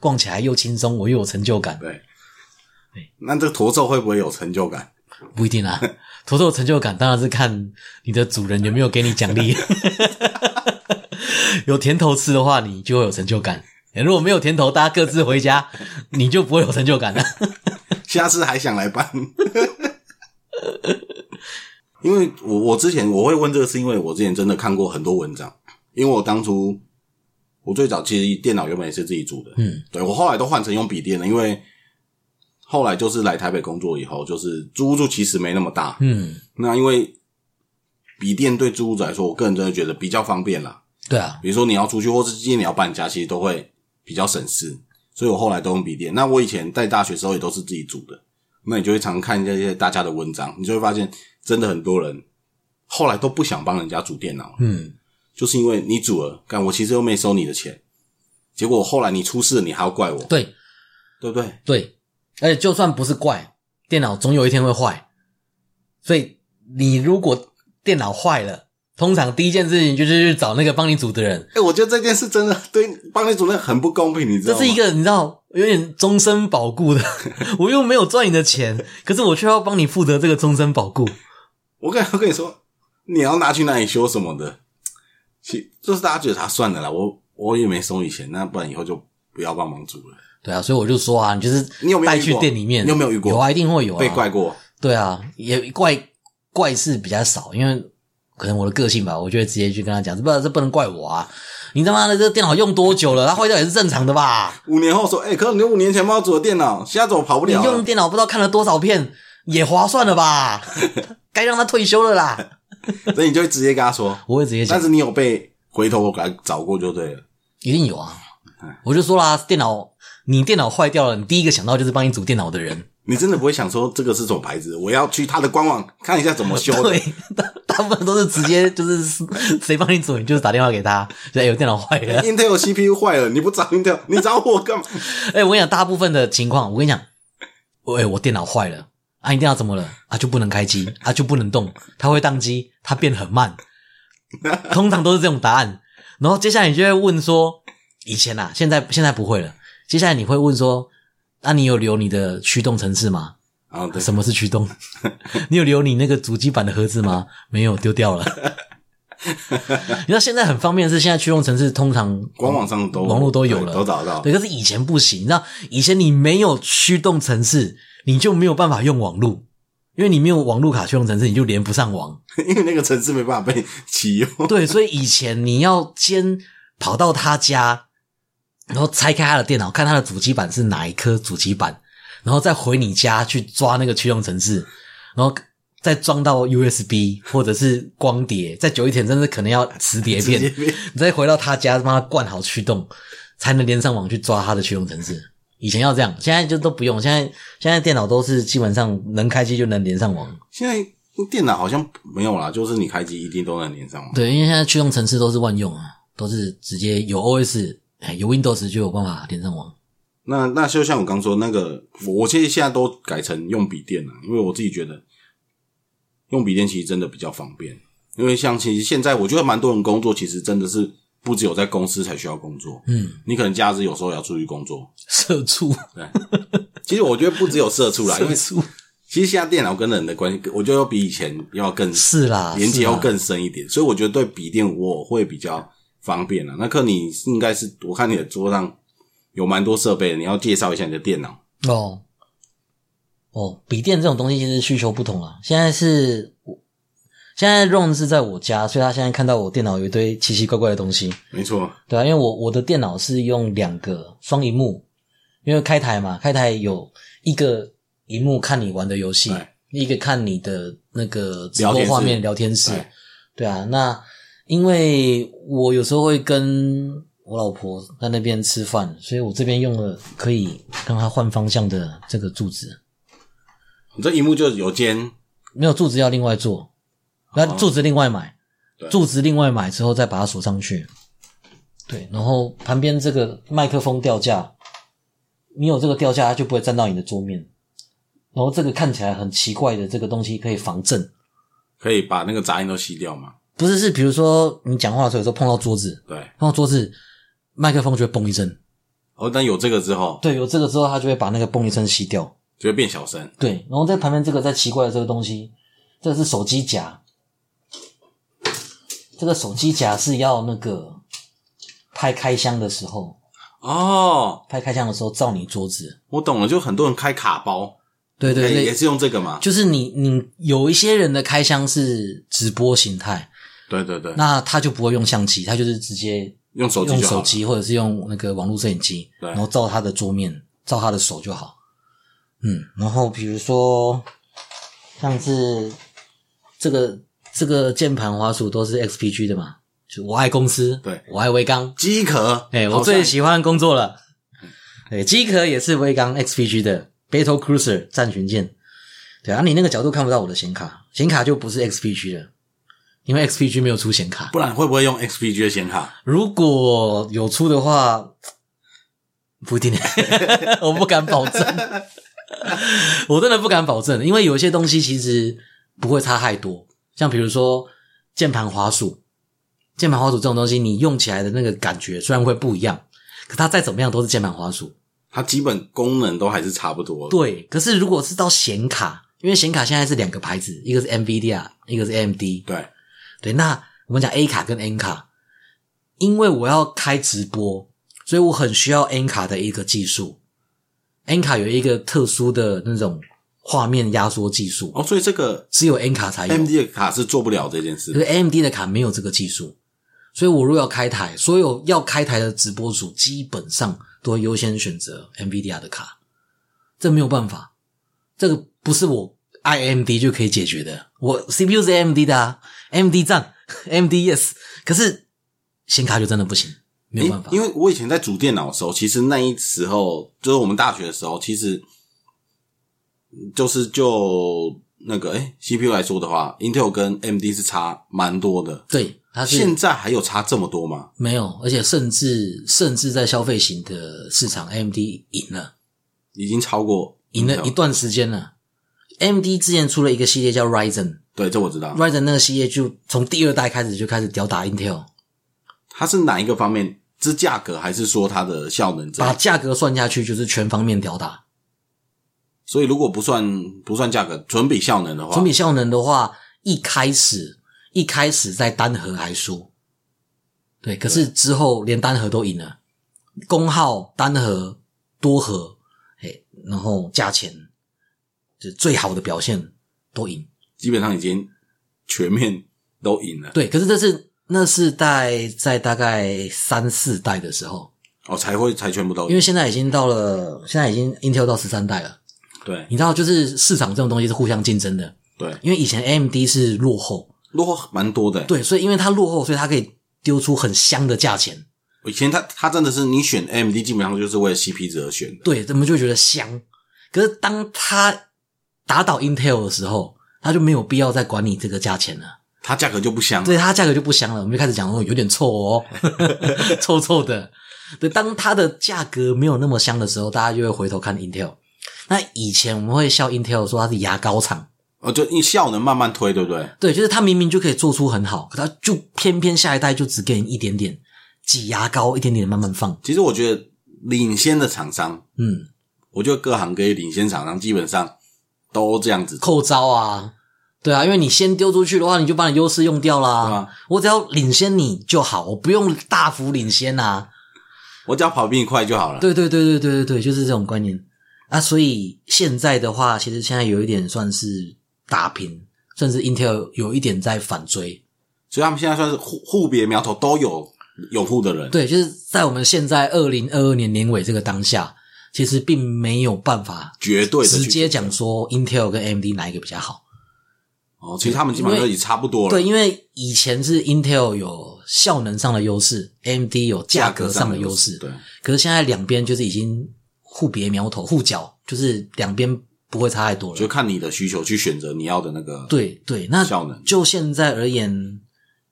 B: 逛起来又轻松，我又有成就感。
C: 对，那这个驼兽会不会有成就感？
B: 不一定啊，驼兽的成就感当然是看你的主人有没有给你奖励。 有甜头吃的话，你就会有成就感；如果没有甜头，大家各自回家，你就不会有成就感了。
C: 下次还想来办？ 因为我我之前我会问这个，是因为我之前真的看过很多文章，因为我当初我最早其实电脑原本也是自己组的，
B: 嗯，
C: 对我后来都换成用笔电了，因为后来就是来台北工作以后，就是租屋住其实没那么大，
B: 嗯，
C: 那因为笔电对租屋者来说，我个人真的觉得比较方便啦，
B: 对啊，
C: 比如说你要出去，或是今天你要搬家，其实都会比较省事。所以我后来都用笔电。那我以前在大学时候也都是自己煮的，那你就会常看这些大家的文章，你就会发现，真的很多人后来都不想帮人家煮电脑了，
B: 嗯，
C: 就是因为你煮了，干我其实又没收你的钱，结果后来你出事了，你还要怪我，
B: 对
C: 对不对？
B: 对，而且就算不是怪，电脑总有一天会坏，所以你如果电脑坏了，通常第一件事情就是去找那个帮你煮的人，
C: 哎、我觉得这件事真的对帮你煮那很不公平，你知道
B: 这
C: 吗？
B: 是一个你知道有点终身保固的， 我又没有赚你的钱，可是我却要帮你负责这个终身保固。
C: 我跟 我跟你说，你要拿去哪里修什么的，其就是大家觉得他算了啦，我我也没收你钱，那不然以后就不要帮忙煮了。
B: 对啊，所以我就说啊，你就是
C: 你有没有
B: 带
C: 遇过
B: 去店里面，
C: 你有没有遇过
B: 有啊，一定会有啊。
C: 被怪过，
B: 对啊，也怪怪事比较少，因为可能我的个性吧，我就会直接去跟他讲，这不这不能怪我啊。你他妈的这电脑用多久了？它坏掉也是正常的吧？
C: 五年后说，哎、可是你五年前帮我煮的电脑，现在怎么跑不
B: 你
C: 了
B: 用
C: 了？
B: 电脑不知道看了多少遍，也划算了 吧？该让他退休了啦。
C: 所以你就会直接跟他说。
B: 我会直接讲
C: 但。是你有被回头给他找过就对了。
B: 一定有啊！我就说啦，电脑你电脑坏掉了，你第一个想到就是帮你组电脑的人。
C: 你真的不会想说这个是什么牌子？我要去他的官网看一下怎么修的
B: 对。， 大大部分都是直接就是 谁帮你组，你就是打电话给他， 就哎有电脑坏了。
C: Intel CPU 坏了，你不找 Intel，你找我干嘛？
B: 哎、我跟你讲，大部分的情况，我跟你讲，我哎、我电脑坏了啊，你电脑怎么了啊？就不能开机啊，就不能动，它会宕机，它变很慢，通常都是这种答案。然后接下来你就会问说，以前啊，现在现在不会了。接下来你会问说，那、你有留你的驱动程式吗？
C: 啊，对，
B: 什么是驱 动？你有留你那个主机板的盒子吗？没有，丢掉 了。你知道现在很方便的是，现在驱动程式通常
C: 官网上都
B: 网络都有
C: 对
B: 了，
C: 都找得到。
B: 对，可是以前不行，你知道以前你没有驱动程式，你就没有办法用网络，因为你没有网络卡驱动程式，你就连不上网。
C: 因为那个城市没办法被启用。
B: 对，所以以前你要先跑到他家，然后拆开他的电脑，看他的主机板是哪一颗主机板，然后再回你家去抓那个驱动程式，然后再装到 USB 或者是光碟，再久一点，甚至可能要磁碟片，
C: 直接变
B: 你再回到他家帮他灌好驱动，才能连上网去抓他的驱动程式。以前要这样，现在就都不用。现在现在电脑都是基本上能开机就能连上网。
C: 现在电脑好像没有啦，就是你开机一定都能连上网。
B: 对，因为现在驱动程式都是万用啊，都是直接有 OS，哎，有 Windows 就有办法连上网。
C: 那那就像我刚说那个，我我其实现在都改成用笔电了，因为我自己觉得用笔电其实真的比较方便。因为像其实现在我觉得蛮多人工作其实真的是不只有在公司才需要工作，
B: 嗯，
C: 你可能假日有时候也要出去工作。
B: 社畜，
C: 对，其实我觉得不只有社畜啦，因为
B: 社畜
C: 其实现在电脑跟人的关系，我觉得要比以前要更
B: 是啦，
C: 连
B: 啊
C: 接
B: 是啦
C: 要更深一点，所以我觉得对笔电我会比较方便啊了。那克你应该是，我看你的桌上有蛮多设备的，你要介绍一下你的电脑。
B: 哦，哦，笔电这种东西其实需求不同啊。现在是我，现在 Ron 是在我家，所以他现在看到我电脑有一堆奇奇怪怪的东西，
C: 没错，
B: 对啊，因为我我的电脑是用两个双荧幕，因为开台嘛，开台有一个荧幕看你玩的游戏
C: 对，
B: 一个看你的那个直
C: 聊
B: 播
C: 天室
B: 画面聊天室
C: 对，
B: 对啊，那因为我有时候会跟我老婆在那边吃饭，所以我这边用了可以让她换方向的这个柱子，
C: 你这荧幕就有间
B: 没有柱子要另外做，那柱子另外买
C: 对，
B: 柱子另外买之后再把它锁上去。对，然后旁边这个麦克风吊架，你有这个吊架，它就不会沾到你的桌面。然后这个看起来很奇怪的这个东西可以防震，
C: 可以把那个杂音都吸掉嘛？
B: 不是是比如说你讲话的时候有时候碰到桌子，
C: 对，
B: 碰到桌子，麦克风就会嘣一声。
C: 哦，但有这个之后
B: 对，有这个之后，它就会把那个嘣一声吸掉。
C: 就会变小声。
B: 对，然后在旁边这个在奇怪的这个东西，这个是手机夹，这个手机夹是要那个拍开箱的时候，
C: 哦，
B: 拍开箱的时候照你桌子。
C: 我懂了，就很多人开卡包，
B: 对对
C: 哎也
B: 对，
C: 也是用这个嘛？
B: 就是你你有一些人的开箱是直播形态，
C: 对对对，
B: 那他就不会用相机，他就是直接
C: 用手机
B: 用
C: 就好
B: 手
C: 了。
B: 机或者是用那个网络摄影机，
C: 对
B: 然后照他的桌面，照他的手就好。嗯，然后比如说像是这个这个键盘滑鼠都是 XPG 的嘛，就我爱公司，
C: 对
B: 我爱微刚，
C: 机壳，
B: 哎、
C: 好
B: 我
C: 像嗯
B: 最喜欢工作了。对，机壳也是微刚 XPG 的 Battle Cruiser 战群舰。对啊，你那个角度看不到我的显卡，显卡就不是 XPG 的，因为 XPG 没有出显卡。
C: 不然会不会用 XPG 的显卡？
B: 如果有出的话，不一定， 我不敢保证， 我真的不敢保证，因为有一些东西其实不会差太多，像比如说键盘滑鼠，键盘滑鼠这种东西，你用起来的那个感觉虽然会不一样，可它再怎么样都是键盘滑鼠。
C: 它基本功能都还是差不多的。
B: 对，可是如果是到显卡，因为显卡现在是两个牌子，一个是 NVIDIA，一个是 AMD，
C: 对
B: 对，那我们讲 A 卡跟 N 卡，因为我要开直播，所以我很需要 N 卡的一个技术。N 卡有一个特殊的那种画面压缩技术，
C: 哦，所以这个
B: 只有 N 卡才有，
C: AMD 的卡是做不了这件
B: 可
C: 事
B: 是。AMD 的卡没有这个技术。所以我如果要开台，所有要开台的直播主基本上都会优先选择 NVIDIA 的卡，这没有办法，这个不是我 IMD 就可以解决的。我 CPU 是 AMD 的啊，AMD 赞 AMD yes，可是显卡就真的不行，没有
C: 诶
B: 办法。
C: 因为我以前在主电脑的时候，其实那一时候就是我们大学的时候，其实就是就那个哎、c p u 来说的话，Intel 跟 AMD 是差蛮多的。
B: 对，它
C: 现
B: 是
C: 在还有差这么多吗？
B: 没有，而且甚至甚至在消费型的市场，AMD 赢了。
C: 已经超过
B: 赢了
C: Intel
B: 一段时间了。AMD 之前出了一个系列叫 Ryzen，Ryzen
C: 对，这我知道。
B: 那个系列就从第二代开始就开始吊打 Intel，
C: 它是哪一个方面？是价格还是说它的效能这
B: 把
C: 样？
B: 价格算下去就是全方面吊打。
C: 所以如果不算不算价格，纯比效能的话
B: 纯，比效能的话，一开始一开始在单核还输，对，可是之后连单核都赢了，功耗、单核、多核，哎，然后价钱，就最好的表现都赢。
C: 基本上已经全面都赢了
B: 对，可是这是那是在在大概三四代的时候，
C: 哦，才会才全部都
B: 因
C: 赢。
B: 为现在已经到了，现在已经 Intel 到十三代了，
C: 对
B: 你知道，就是市场这种东西是互相竞争的。
C: 对，
B: 因为以前 AMD 是落后，
C: 落后蛮多的、欸。
B: 对，所以因为它落后，所以它可以丢出很香的价钱。
C: 以前他他真的是你选 AMD，基本上就是为了 CP 值而选的。
B: 对，我们就觉得香。可是当它打倒 Intel 的时候，它就没有必要再管你这个价钱了，
C: 它价格就不香。
B: 所以它价格就不香了。我们就开始讲哦，有点臭哦， 臭臭的。对，当它的价格没有那么香的时候，大家就会回头看 Intel。那以前我们会笑 Intel 说它是牙膏厂，
C: 哦，就因为效能慢慢推，对不对？
B: 对，就是它明明就可以做出很好，可它就偏偏下一代就只给你一点点挤牙膏，一点点地慢慢放。
C: 其实我觉得领先的厂商，
B: 嗯，
C: 我觉得各行各业领先厂商基本上都这样子，
B: 扣招啊，对啊，因为你先丢出去的话，你就把你优势用掉啦。
C: 对啊
B: 我只要领先你就好，我不用大幅领先啊。
C: 我只要跑比你快就好了。
B: 对对对对对对对，就是这种观念啊。所以现在的话，其实现在有一点算是打平，甚至 Intel 有一点在反追。
C: 所以他们现在算是互互别苗头都有拥护的人。
B: 对，就是在我们现在二零二二年年尾这个当下，其实并没有办法
C: 绝对的去
B: 直接讲说 Intel 跟 AMD 哪一个比较好。
C: 哦，其实他们基本上都已经差不多了。
B: 对，因为以前是 Intel 有效能上的优势，AMD 有价格上的优势。
C: 对，
B: 可是现在两边就是已经互别苗头、互角，就是两边不会差太多
C: 就
B: 了。
C: 看你的需求去选择你要的那个。，
B: 对对，那
C: 效能
B: 就现在而言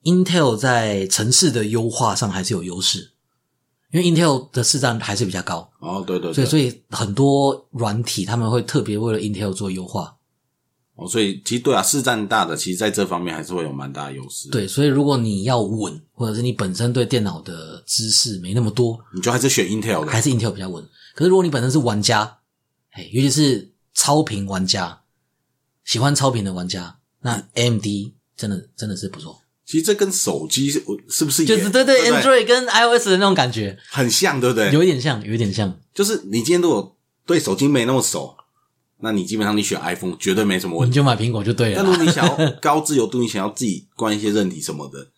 B: ，Intel 在城市的优化上还是有优势，因为 Intel 的市占还是比较高。
C: 哦，对对
B: 所
C: 对，
B: 以所以很多软体他们会特别为了 Intel 做优化。
C: 哦，所以其实对啊，市占大的，其实在这方面还是会有蛮大的优势。，
B: 对，所以如果你要稳，或者是你本身对电脑的知识没那么多，
C: 你就还是选 Intel
B: 还是
C: 的。
B: Intel 比较稳。可是如果你本身是玩家，哎，尤其是超频玩家，喜欢超频的玩家，那 AMD 真的真的是不错，
C: 其实这跟手机是是不是也
B: 就是对
C: 对
B: 对
C: 不
B: Android 跟 iOS 的那种感觉，
C: 很像，对不对？
B: 有一点像，有一点像。
C: 就是你今天如果对手机没那么熟，那你基本上你选 iPhone 绝对没什么问
B: 你
C: 题。
B: 就买苹果就对了
C: 但如
B: 啦。
C: 果你想要高自由度，你想要自己关一些韧体什么的，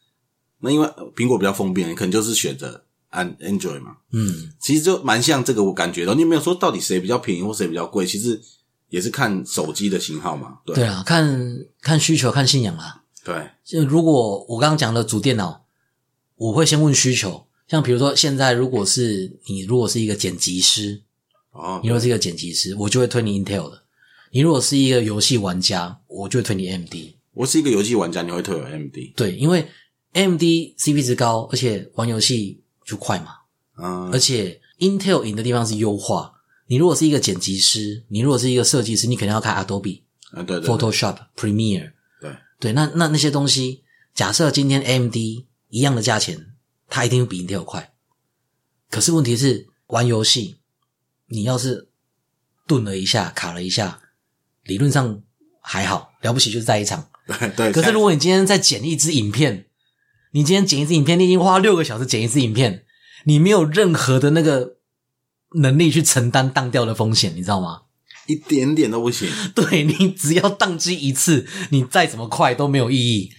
C: 那因为呃苹果比较封闭，你可能就是选择按 Android 嘛。
B: 嗯，
C: 其实就蛮像这个，我感觉到你有没有说到底谁比较便宜或谁比较贵，其实也是看手机的型号嘛。对
B: 对啊，看看需求，看信仰啦。
C: 对
B: 就如果我刚刚讲的主电脑，我会先问需求。像比如说，现在如果是你如果是一个剪辑师，
C: 哦
B: 你，如果是一个剪辑师，我就会推你 Intel 的；你如果是一个游戏玩家，我就会推你 AMD。
C: 我是一个游戏玩家，你会推我 AMD？
B: 对，因为 AMD CP 值高，而且玩游戏就快嘛。
C: 嗯
B: 而，且 Intel 赢的地方是优化。你如果是一个剪辑师，你如果是一个设计师，你肯定要开 Adobe、
C: 啊对对对
B: Photoshop、Premiere。
C: 对，
B: 对，那那那些东西，假设今天 AMD 一样的价钱，它一定会比 Intel 快。可是问题是，玩游戏，你要是顿了一下，卡了一下，理论上还好，了不起就是在一场。
C: 对 对。
B: 可是如果你今天再剪一支影片，你今天剪一支影片，你已经花六个小时剪一支影片，你没有任何的那个能力去承担当掉的风险，你知道吗？
C: 一点点都不行，
B: 对你只要宕机一次，你再怎么快都没有意义。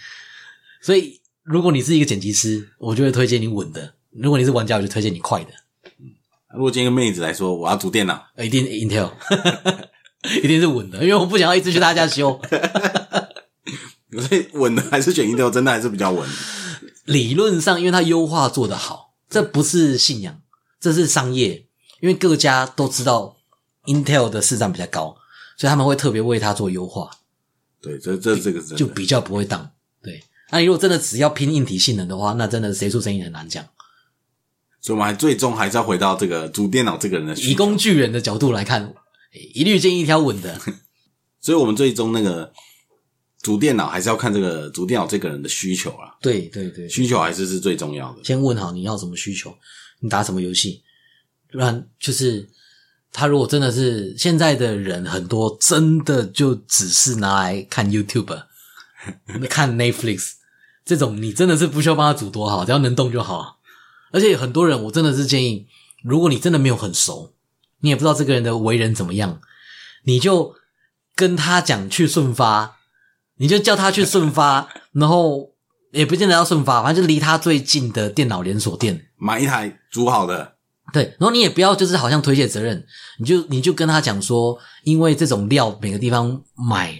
B: 所以，如果你是一个剪辑师，我就会推荐你稳的；如果你是玩家，我就推荐你快的。
C: 如果今天跟妹子来说，我要组电脑，
B: 呃一定 Intel，一定是稳的，因为我不想要一直去他家修。
C: 所以稳的还是选 Intel，真的还是比较稳。
B: 理论上，因为它优化做得好，这不是信仰，这是商业。因为各家都知道 Intel 的市占比较高，所以他们会特别为它做优化。
C: 对，这这这个是真的
B: 就比较不会当。对，那你如果真的只要拼硬体性能的话，那真的谁出生意很难讲。
C: 所以我们还最终还是要回到这个主电脑这个人的需
B: 以
C: 求。
B: 工具人的角度来看，一律建议一条稳的。
C: 所以我们最终那个主电脑还是要看这个主电脑这个人的需求啦，
B: 对对对，
C: 需求还是是最重要的。
B: 先问好你要什么需求，你打什么游戏，不然就是他如果真的是现在的人很多，真的就只是拿来看 YouTube、看 Netflix 这种，你真的是不需要帮他煮多好，只要能动就好。而且很多人，我真的是建议，如果你真的没有很熟，你也不知道这个人的为人怎么样，你就跟他讲去顺发，你就叫他去顺发，然后也不见得要顺发，反正就离他最近的电脑连锁店。
C: 买一台煮好的，
B: 对，然后你也不要就是好像推卸责任，你就你就跟他讲说，因为这种料每个地方买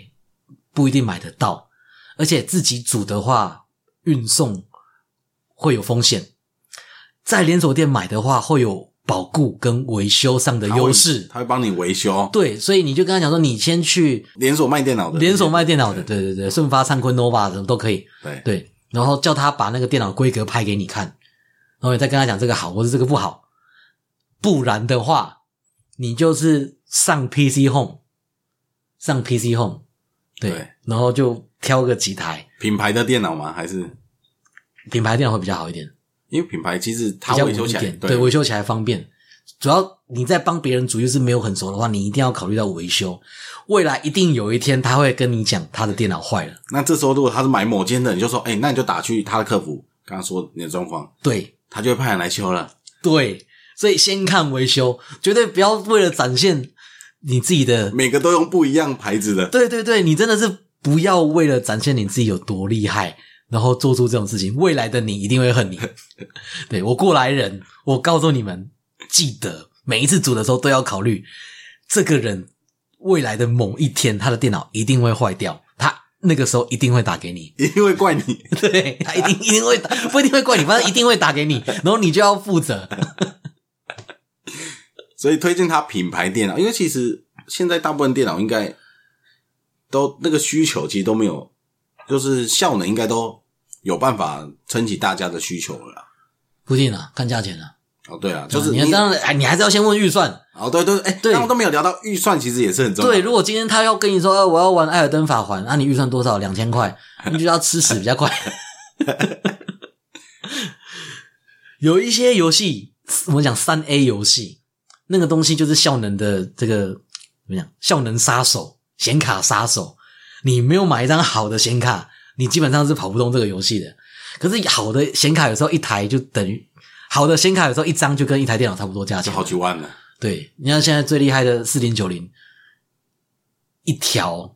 B: 不一定买得到，而且自己煮的话，运送会有风险。在连锁店买的话，会有保固跟维修上的
C: 他会
B: 优势。
C: 他会帮你维修。
B: 对，所以你就跟他讲说，你先去
C: 连锁卖电脑的，
B: 连锁卖电脑的，对对对，顺发、灿坤、nova 什么都可以。
C: 对
B: 对，然后叫他把那个电脑规格拍给你看，然后你再跟他讲这个好或是这个不好，不然的话，你就是上 PC Home，上 PC Home，对，
C: 对
B: 然后就挑个几台
C: 品牌的电脑吗？还是
B: 品牌电脑会比较好一点，
C: 因为品牌其实它
B: 比较
C: 维修
B: 稳一
C: 起来，
B: 点，对，维修起来方便。主要你在帮别人煮，又是没有很熟的话，你一定要考虑到维修。未来一定有一天他会跟你讲他的电脑坏了，
C: 那这时候如果他是买某间的，你就说，哎、那你就打去他的客服，跟他说你的状况，
B: 对，
C: 他就会派人来修了。
B: 对，所以先看维修，绝对不要为了展现你自己的，
C: 每个都用不一样牌子的，
B: 对对对，你真的是不要为了展现你自己有多厉害，然后做出这种事情，未来的你一定会恨你。对我过来人，我告诉你们，记得每一次组的时候都要考虑，这个人未来的某一天，他的电脑一定会坏掉，他那个时候一定会打给 你。
C: 一定会怪你。
B: 对他一定一定会打，不一定会怪你，反正一定会打给你，然后你就要负责。
C: 所以推荐他品牌电脑，因为其实现在大部分电脑应该都那个需求其实都没有，就是效能应该都有办法撑起大家的需求了啦。
B: 不一定啊，看价钱啊。
C: 哦，对啊，就是
B: 你要当然，哎，你还是要先问预算。
C: 哦，对对，哎、
B: 对
C: 刚刚都没有聊到预算，其实也是很重要。
B: 对，如果今天他要跟你说，呃我要玩《艾尔登法环》，那、你预算多少？两千块，你就要吃屎比较快。 有一些游戏，我们讲三 A 游戏，那个东西就是效能的这个怎么讲？效能杀手，显卡杀手。你没有买一张好的显卡，你基本上是跑不动这个游戏的。可是好的显卡有时候一台就等于好的显卡有时候一张就跟一台电脑差不多价
C: 就
B: 钱，
C: 好几万了，
B: 对，你看现在最厉害的四零九零，一条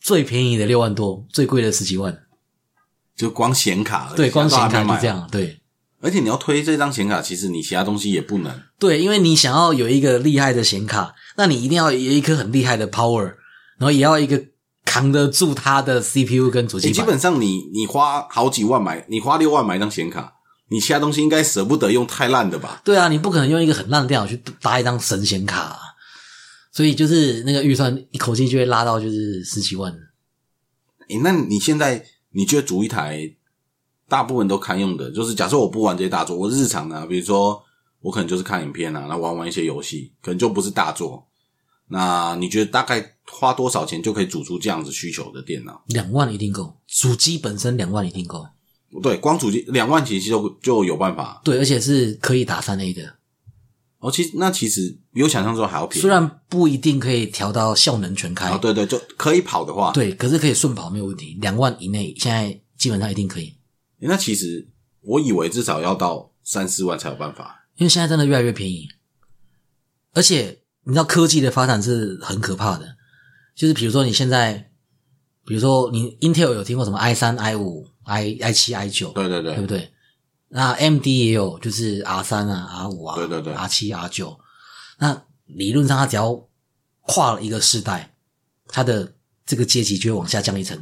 B: 最便宜的六万多，最贵的十几万，
C: 就光显卡而已，
B: 对，光显
C: 其他都还
B: 卡
C: 没买
B: 就这。样，对
C: 而且你要推这张显卡，其实你其他东西也不能。
B: 对，因为你想要有一个厉害的显卡，那你一定要有一颗很厉害的 power，然后也要一个扛得住它的 CPU 跟主
C: 你
B: 机
C: 欸基
B: 板，
C: 本上你你花好几万买，你花六万买一张显卡，你其他东西应该舍不得用太烂的吧？
B: 对啊，你不可能用一个很烂的电脑去搭一张神显卡、啊，所以就是那个预算一口气就会拉到就是十几万，
C: 诶、那你现在你觉得组一台，大部分都堪用的，就是假设我不玩这些大作，我日常呢、比如说我可能就是看影片啊，然后玩玩一些游戏，可能就不是大作。那你觉得大概花多少钱就可以组出这样子需求的电脑？
B: 两万一定够，主机本身两万一定够。
C: 哦对，光主机两万其实就就有办法。
B: 对，而且是可以打三 A 的，
C: 哦，其实那其实比我想象中还要便宜。
B: 虽然不一定可以调到效能全开，
C: 啊，对对，就可以跑的话，
B: 哎对可是可以顺跑没有问题，两万以内现在基本上一定可以，
C: 诶那其实我以为至少要到三四万才有办法。
B: 因为现在真的越来越便宜，而且你知道科技的发展是很可怕的，就是比如说你现在，比如说你 Intel 有听过什么 i 三、i 五、i i 七、i 九，
C: 对对对，
B: 对不对？那 M D 也有，就是 R 三啊、R 五啊、
C: 对对对
B: R 七、R 九。那理论上，它只要跨了一个世代，它的这个阶级就会往下降一层。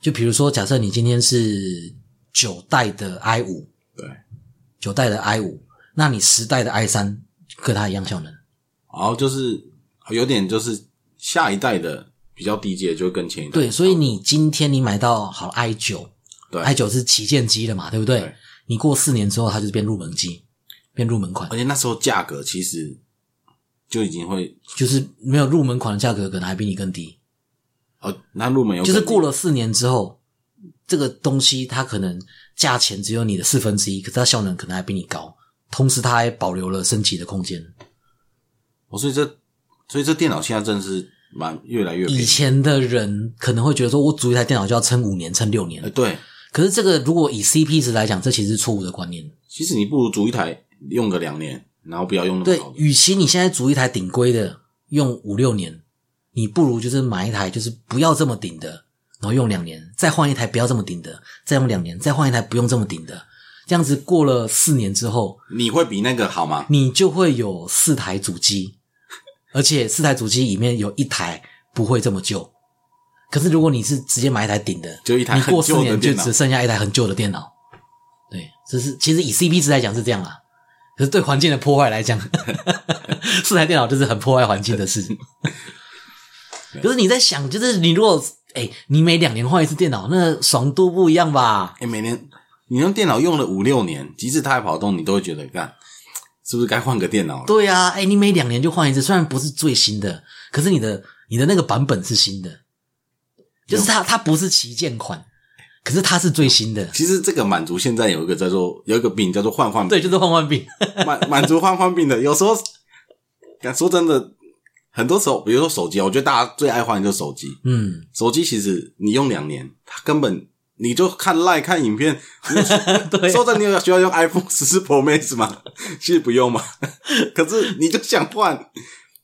B: 就比如说，假设你今天是九代的 i 五，
C: 对，
B: 九代的 i 五，那你十代的 i 三跟它一样效能。
C: 然后就是有点就是下一代的比较低阶，就跟前一代
B: 对，所以你今天你买到好 i 九
C: 对，
B: ，i 九是旗舰机了嘛，对不对？
C: 对
B: 你过四年之后，它就是变入门机，变入门款
C: 而。且那时候价格其实就已经会
B: 就是没有入门款的价格，可能还比你更低。
C: 哦，那入门有
B: 就是过
C: 了
B: 了四年之后，这个东西它可能价钱只有你的四分之一，可是它效能可能还比你高，同时它还保留了升级的空间。
C: 哦，所以这所以这电脑现在真的是蛮越来越便宜
B: 以前的人可能会觉得说，我组一台电脑就要撑五年、撑六
C: 哎
B: 年，
C: 对，
B: 可是这个如果以 CP 值来讲，这其实是错误的观念。
C: 其实你不如组一台用个两年，然后不要用那
B: 对
C: 么好，的，
B: 与其你现在组一台顶规的用五六年，你不如就是买一台就是不要这么顶的，然后用两年，再换一台不要这么顶的，再用两年，再换一台不用这么顶的。这样子过了四年之后，
C: 你会比那个好吗？
B: 你就会有四台主机，而且四台主机里面有一台不会这么旧，可是如果你是直接买一台顶的，
C: 就一台
B: 你过
C: 很
B: 四
C: 旧的
B: 年就
C: 电脑
B: 只剩下一台很旧的电脑。对，这是其实以 CP 值来讲是这样啦，可是对环境的破坏来讲， 四台电脑就是很破坏环境的 事情。可是你在想，就是你如果哎、你每两年换一次电脑，那爽度不一样吧？
C: 哎、每年你用电脑用了五六年，即使它还跑动，你都会觉得干，是不是该换个电脑了？
B: 对啊，哎、你每两年就换一次，虽然不是最新的，可是你的你的那个版本是新的，就是它它不是旗舰款，可是它是最新的。
C: 其实这个满足现在有一个叫做有一个病叫做换换病
B: 对，就是换换病。
C: 满满足换换病的，有时候，敢说真的，很多时候，比如说手机啊，我觉得大家最爱换的就是手机。
B: 嗯，
C: 手机其实你用两年，它根本你就看 l 看影片。你
B: 对啊
C: 说真的，你有需要用 iPhone 十四 Pro Max 吗？ 其实不用嘛。 可是你就想换，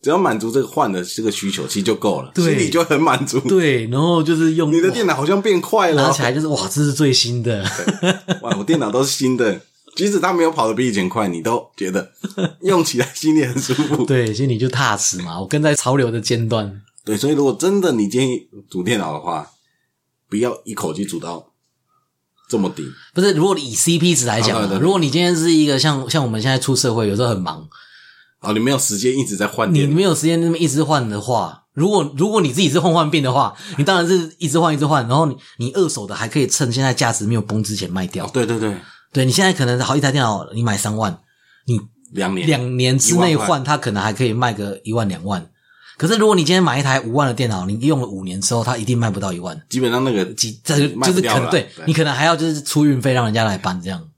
C: 只要满足这个换的这个需求，其实就够了，
B: 对
C: 心里就很满足。
B: 对，然后就是用
C: 你的电脑好像变快
B: 哇
C: 了
B: 拿
C: 哦，
B: 起来就是哇，这是最新的，
C: 哇，我电脑都是新的，即使它没有跑得比以前快，你都觉得用起来心里很舒服。
B: 对，所以你就踏实嘛，我跟在潮流的尖端。
C: 对，所以如果真的你建议组电脑的话，不要一口气组到这么低。
B: 不是，如果以 CP 值来讲
C: 啊对
B: 啊，
C: 对
B: 如果你今天是一个像像我们现在出社会，有时候很忙，
C: 哦，你没有时间一直在换
B: 你
C: 电脑，
B: 没有时间那么一直换的话，如果如果你自己是换换病的话，你当然是一直换一直换，然后你你二手的还可以趁现在价值没有崩之前卖掉
C: 哦，。对对对，
B: 对你现在可能好一台电脑，你买三万，你
C: 两年
B: 两年之
C: 一
B: 内
C: 万块
B: 换，它可能还可以卖个一万两万。可是如果你今天买一台五万的电脑，你用了五年之后，它一定卖不到一万，
C: 基本上那个
B: 几这就
C: 卖
B: 就
C: 不
B: 是
C: 掉
B: 可
C: 了
B: 能对
C: 对
B: 你可能还要就是出运费让人家来搬这样。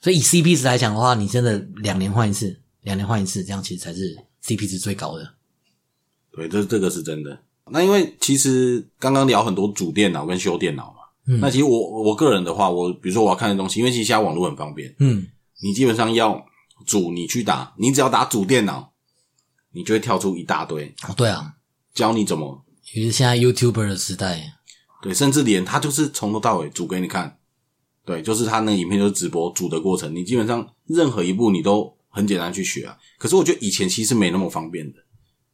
B: 所以以 CP 值来讲的话，你真的两年换一次，两年换一次，这样其实才是 CP 值最高的。
C: 对，这这个是真的。那因为其实刚刚聊很多主电脑跟修电脑嘛，
B: 嗯
C: 那其实我我个人的话，我比如说我要看的东西，因为其实现在网络很方便，
B: 嗯，
C: 你基本上要主你去打，你只要打主电脑，你就会跳出一大堆
B: 哦对啊，
C: 教你怎么
B: 尤其是现在 YouTuber 的时代，
C: 对，甚至连他就是从头到尾煮给你看，对，就是他那个影片就是直播煮的过程，你基本上任何一步你都很简单去学啊。可是我觉得以前其实没那么方便的。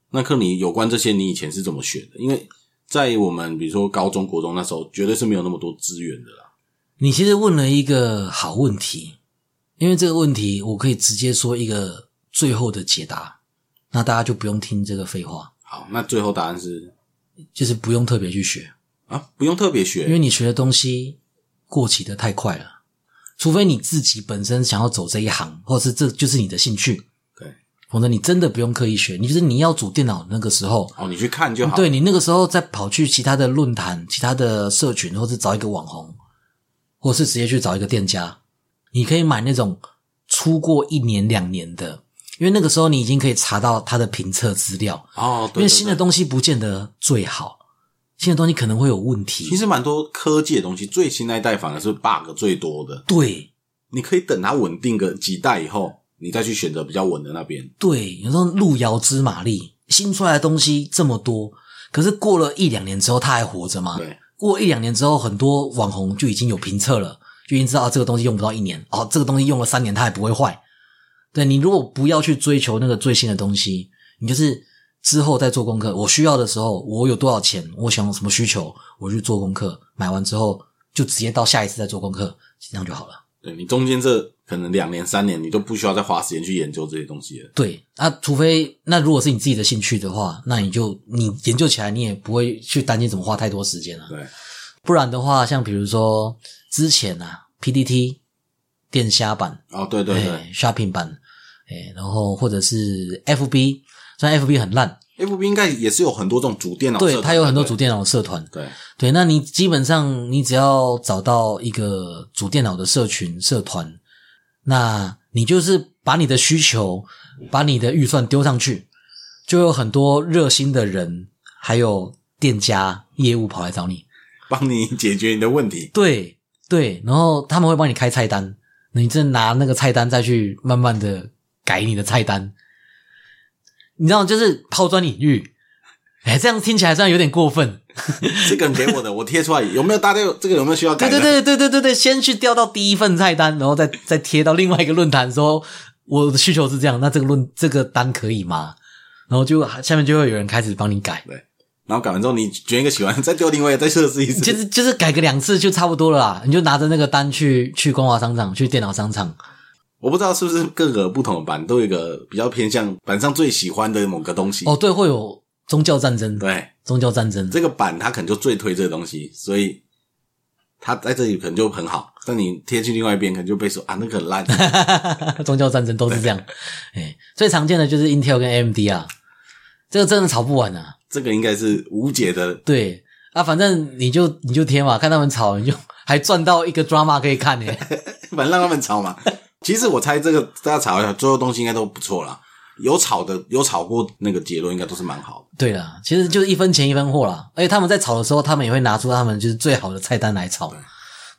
C: 那克你有关这些，你以前是怎么学的？因为在我们比如说高中、国中那时候，绝对是没有那么多资源的啦。
B: 你其实问了一个好问题，因为这个问题我可以直接说一个最后的解答，那大家就不用听这个废话，
C: 好，那最后答案是
B: 就是不用特别去学，
C: 啊，不用特别
B: 因为
C: 学，
B: 你学的东西过期的太快了，除非你自己本身想要走这一行，或者是这就是你的兴趣，
C: 对，
B: 否则你真的不用刻意学，你就是你要组电脑那个时候，
C: 哦，你去看就好。
B: 对你那个时候再跑去其他的论坛、其他的社群，或是找一个网红，或是直接去找一个店家，你可以买那种出过一年两年的，因为那个时候你已经可以查到它的评测资料，
C: 哦，
B: 因
C: 对
B: 为
C: 对
B: 新的
C: 对
B: 东西不见得最好，新的东西可能会有问题。
C: 其实蛮多科技的东西，最新那一代反而是 bug 最多的。
B: 对
C: 你可以等它稳定个几代以后，你再去选择比较稳的那边。
B: 对，有时候路遥知马力，新出来的东西这么多，可是过了一两年之后，它还活着吗？
C: 对，
B: 过一两年之后，很多网红就已经有评测了，就已经知道、啊这个东西用不到一年，哦，这个东西用了三年它也不会坏。对你如果不要去追求那个最新的东西，你就是之后再做功课。我需要的时候，我有多少钱，我想要什么需求，我去做功课，买完之后就直接到下一次再做功课，这样就好了。
C: 对你中间这可能两年三年，你都不需要再花时间去研究这些东西了。
B: 对，那、除非那如果是你自己的兴趣的话，那你就你研究起来，你也不会去担心怎么花太多时间了、啊。
C: 对，
B: 不然的话，像比如说之前啊，PDT 电虾版，
C: 哦，对对对、
B: 哎 Shopping 版，哎，然后或者是 FB，虽然 FB 很烂，
C: f b 应该也是有很多这种主电脑哦社团，
B: 对，它有很多
C: 对
B: 主电脑社团，
C: 对
B: 对，那你基本上你只要找到一个主电脑的社群社团，那你就是把你的需求、把你的预算丢上去，就有很多热心的人，还有店家、业务跑来找你。
C: 帮你解决你的问题。
B: 对对，然后他们会帮你开菜单，你再拿那个菜单再去慢慢的改你的菜单，你知道，就是抛砖引玉。 哎，这样听起来虽然有点过分，
C: 这个人给我的，我贴出来有没有？大家有这个有没有需要改
B: 对
C: 的？
B: 对对对对对对，先去调到第一份菜单，然后再再贴到另外一个论坛说我的需求是这样，那这个论这个单可以吗？然后就下面就会有人开始帮你改，
C: 然后改完之后你卷一个洗完，再丢另外一个，再测试一次。
B: 其实就是改个两次就差不多了啦，你就拿着那个单去去光华商场、去电脑商场，
C: 我不知道是不是各个不同的版都有一个比较偏向版上最喜欢的某个东西。
B: 哦，对，会有宗教战争，
C: 对，
B: 宗教战争，
C: 这个版它可能就最推这个东西，所以它在这里可能就很好，但你贴去另外一边，可能就被说啊那个很烂。
B: 宗教战争都是这样。哎、最常见的就是 Intel 跟 AMD 啊，这个真的吵不完啊。
C: 这个应该是无解的，
B: 对啊，反正你就你就贴嘛，看他们吵，你就还赚到一个 drama 可以看 呢、
C: 反正让他们吵嘛。其实我猜这个大家吵一下，最后东西应该都不错啦。有吵的，有吵过那个结论，应该都是蛮好
B: 对啦，其实就是一分钱一分货啦。而且他们在吵的时候，他们也会拿出他们就是最好的菜单来吵。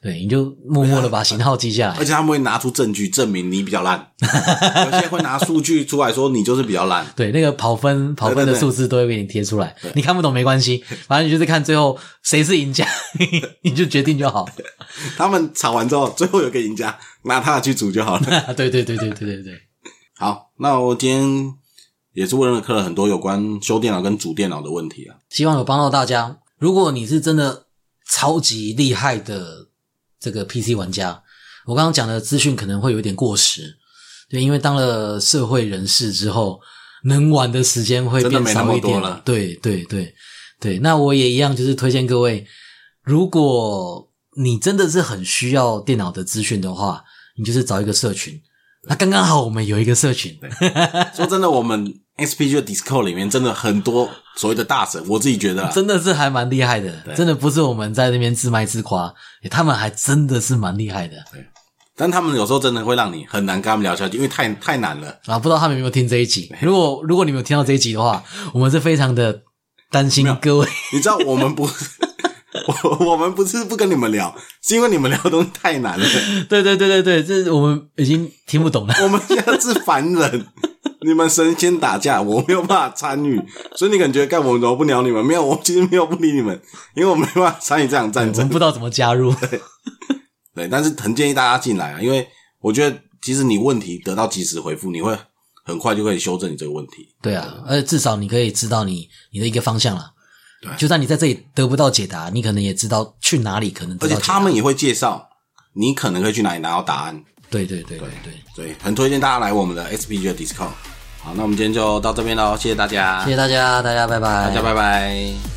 B: 对，你就默默的把型号记下
C: 的，
B: 来
C: 啊而。且他们会拿出证据证明你比较烂，有些会拿数据出来说你就是比较烂。
B: 对，那个跑分跑分的数字都会给你贴出来，你看不懂没关系，反正你就是看最后谁是赢家， 你就决定就好。
C: 他们吵完之后，最后有个赢家，拿他的去煮就好了。
B: 对对对对对对对，
C: 好，那我今天也是问了客人很多有关修电脑跟煮电脑的问题啊。
B: 希望有帮到大家。如果你是真的超级厉害的这个 PC 玩家，我刚刚讲的资讯可能会有点过时，对，因为当了社会人士之后，能玩的时间会
C: 真
B: 变
C: 的没那
B: 少
C: 么
B: 一点
C: 多了
B: 对对对对，那我也一样，就是推荐各位，如果你真的是很需要电脑的资讯的话，你就是找一个社群。那刚刚好，我们有一个社群，
C: 说真的，我们 SPG 的 Discord 里面真的很多所谓的大神，我自己觉得啊
B: 真的是还蛮厉害的，真的不是我们在那边自卖自夸，诶他们还真的是蛮厉害的
C: 但他们有时候真的会让你很难跟他们聊下去，因为太太难了。
B: 啊！不知道他们有没有听这一集？如果如果你们有听到这一集的话，我们是非常的担心各位。
C: 你知道，我们不， 我我们不是不跟你们聊，是因为你们聊的东西太难了。
B: 对对对对对，这我们已经听不懂了。
C: 我们现在是凡人，你们神仙打架，我没有办法参与，所以你感觉干我们怎么不鸟你们？没有，我其实没有不理你们，因为我没办法参与这场战
B: 我们
C: 争
B: 不。知道怎么加 入，
C: 对，但是很建议大家进来啊，因为我觉得其实你问题得到及时回复，你会很快就可以修正你这个问题。
B: 对啊，而至少你可以知道你你的一个方向了。
C: 对
B: 就算你在这里得不到解答，你可能也知道去哪里可能
C: 而
B: 得
C: 且
B: 到解答。
C: 他们也会介绍你可能可以去哪里拿到答案，
B: 对对对对对，
C: 所以很推荐大家来我们的 SPG 的 Discord。好，那我们今天就到这边喽，谢谢大家，
B: 谢谢大家，大家拜拜，
C: 大家，拜拜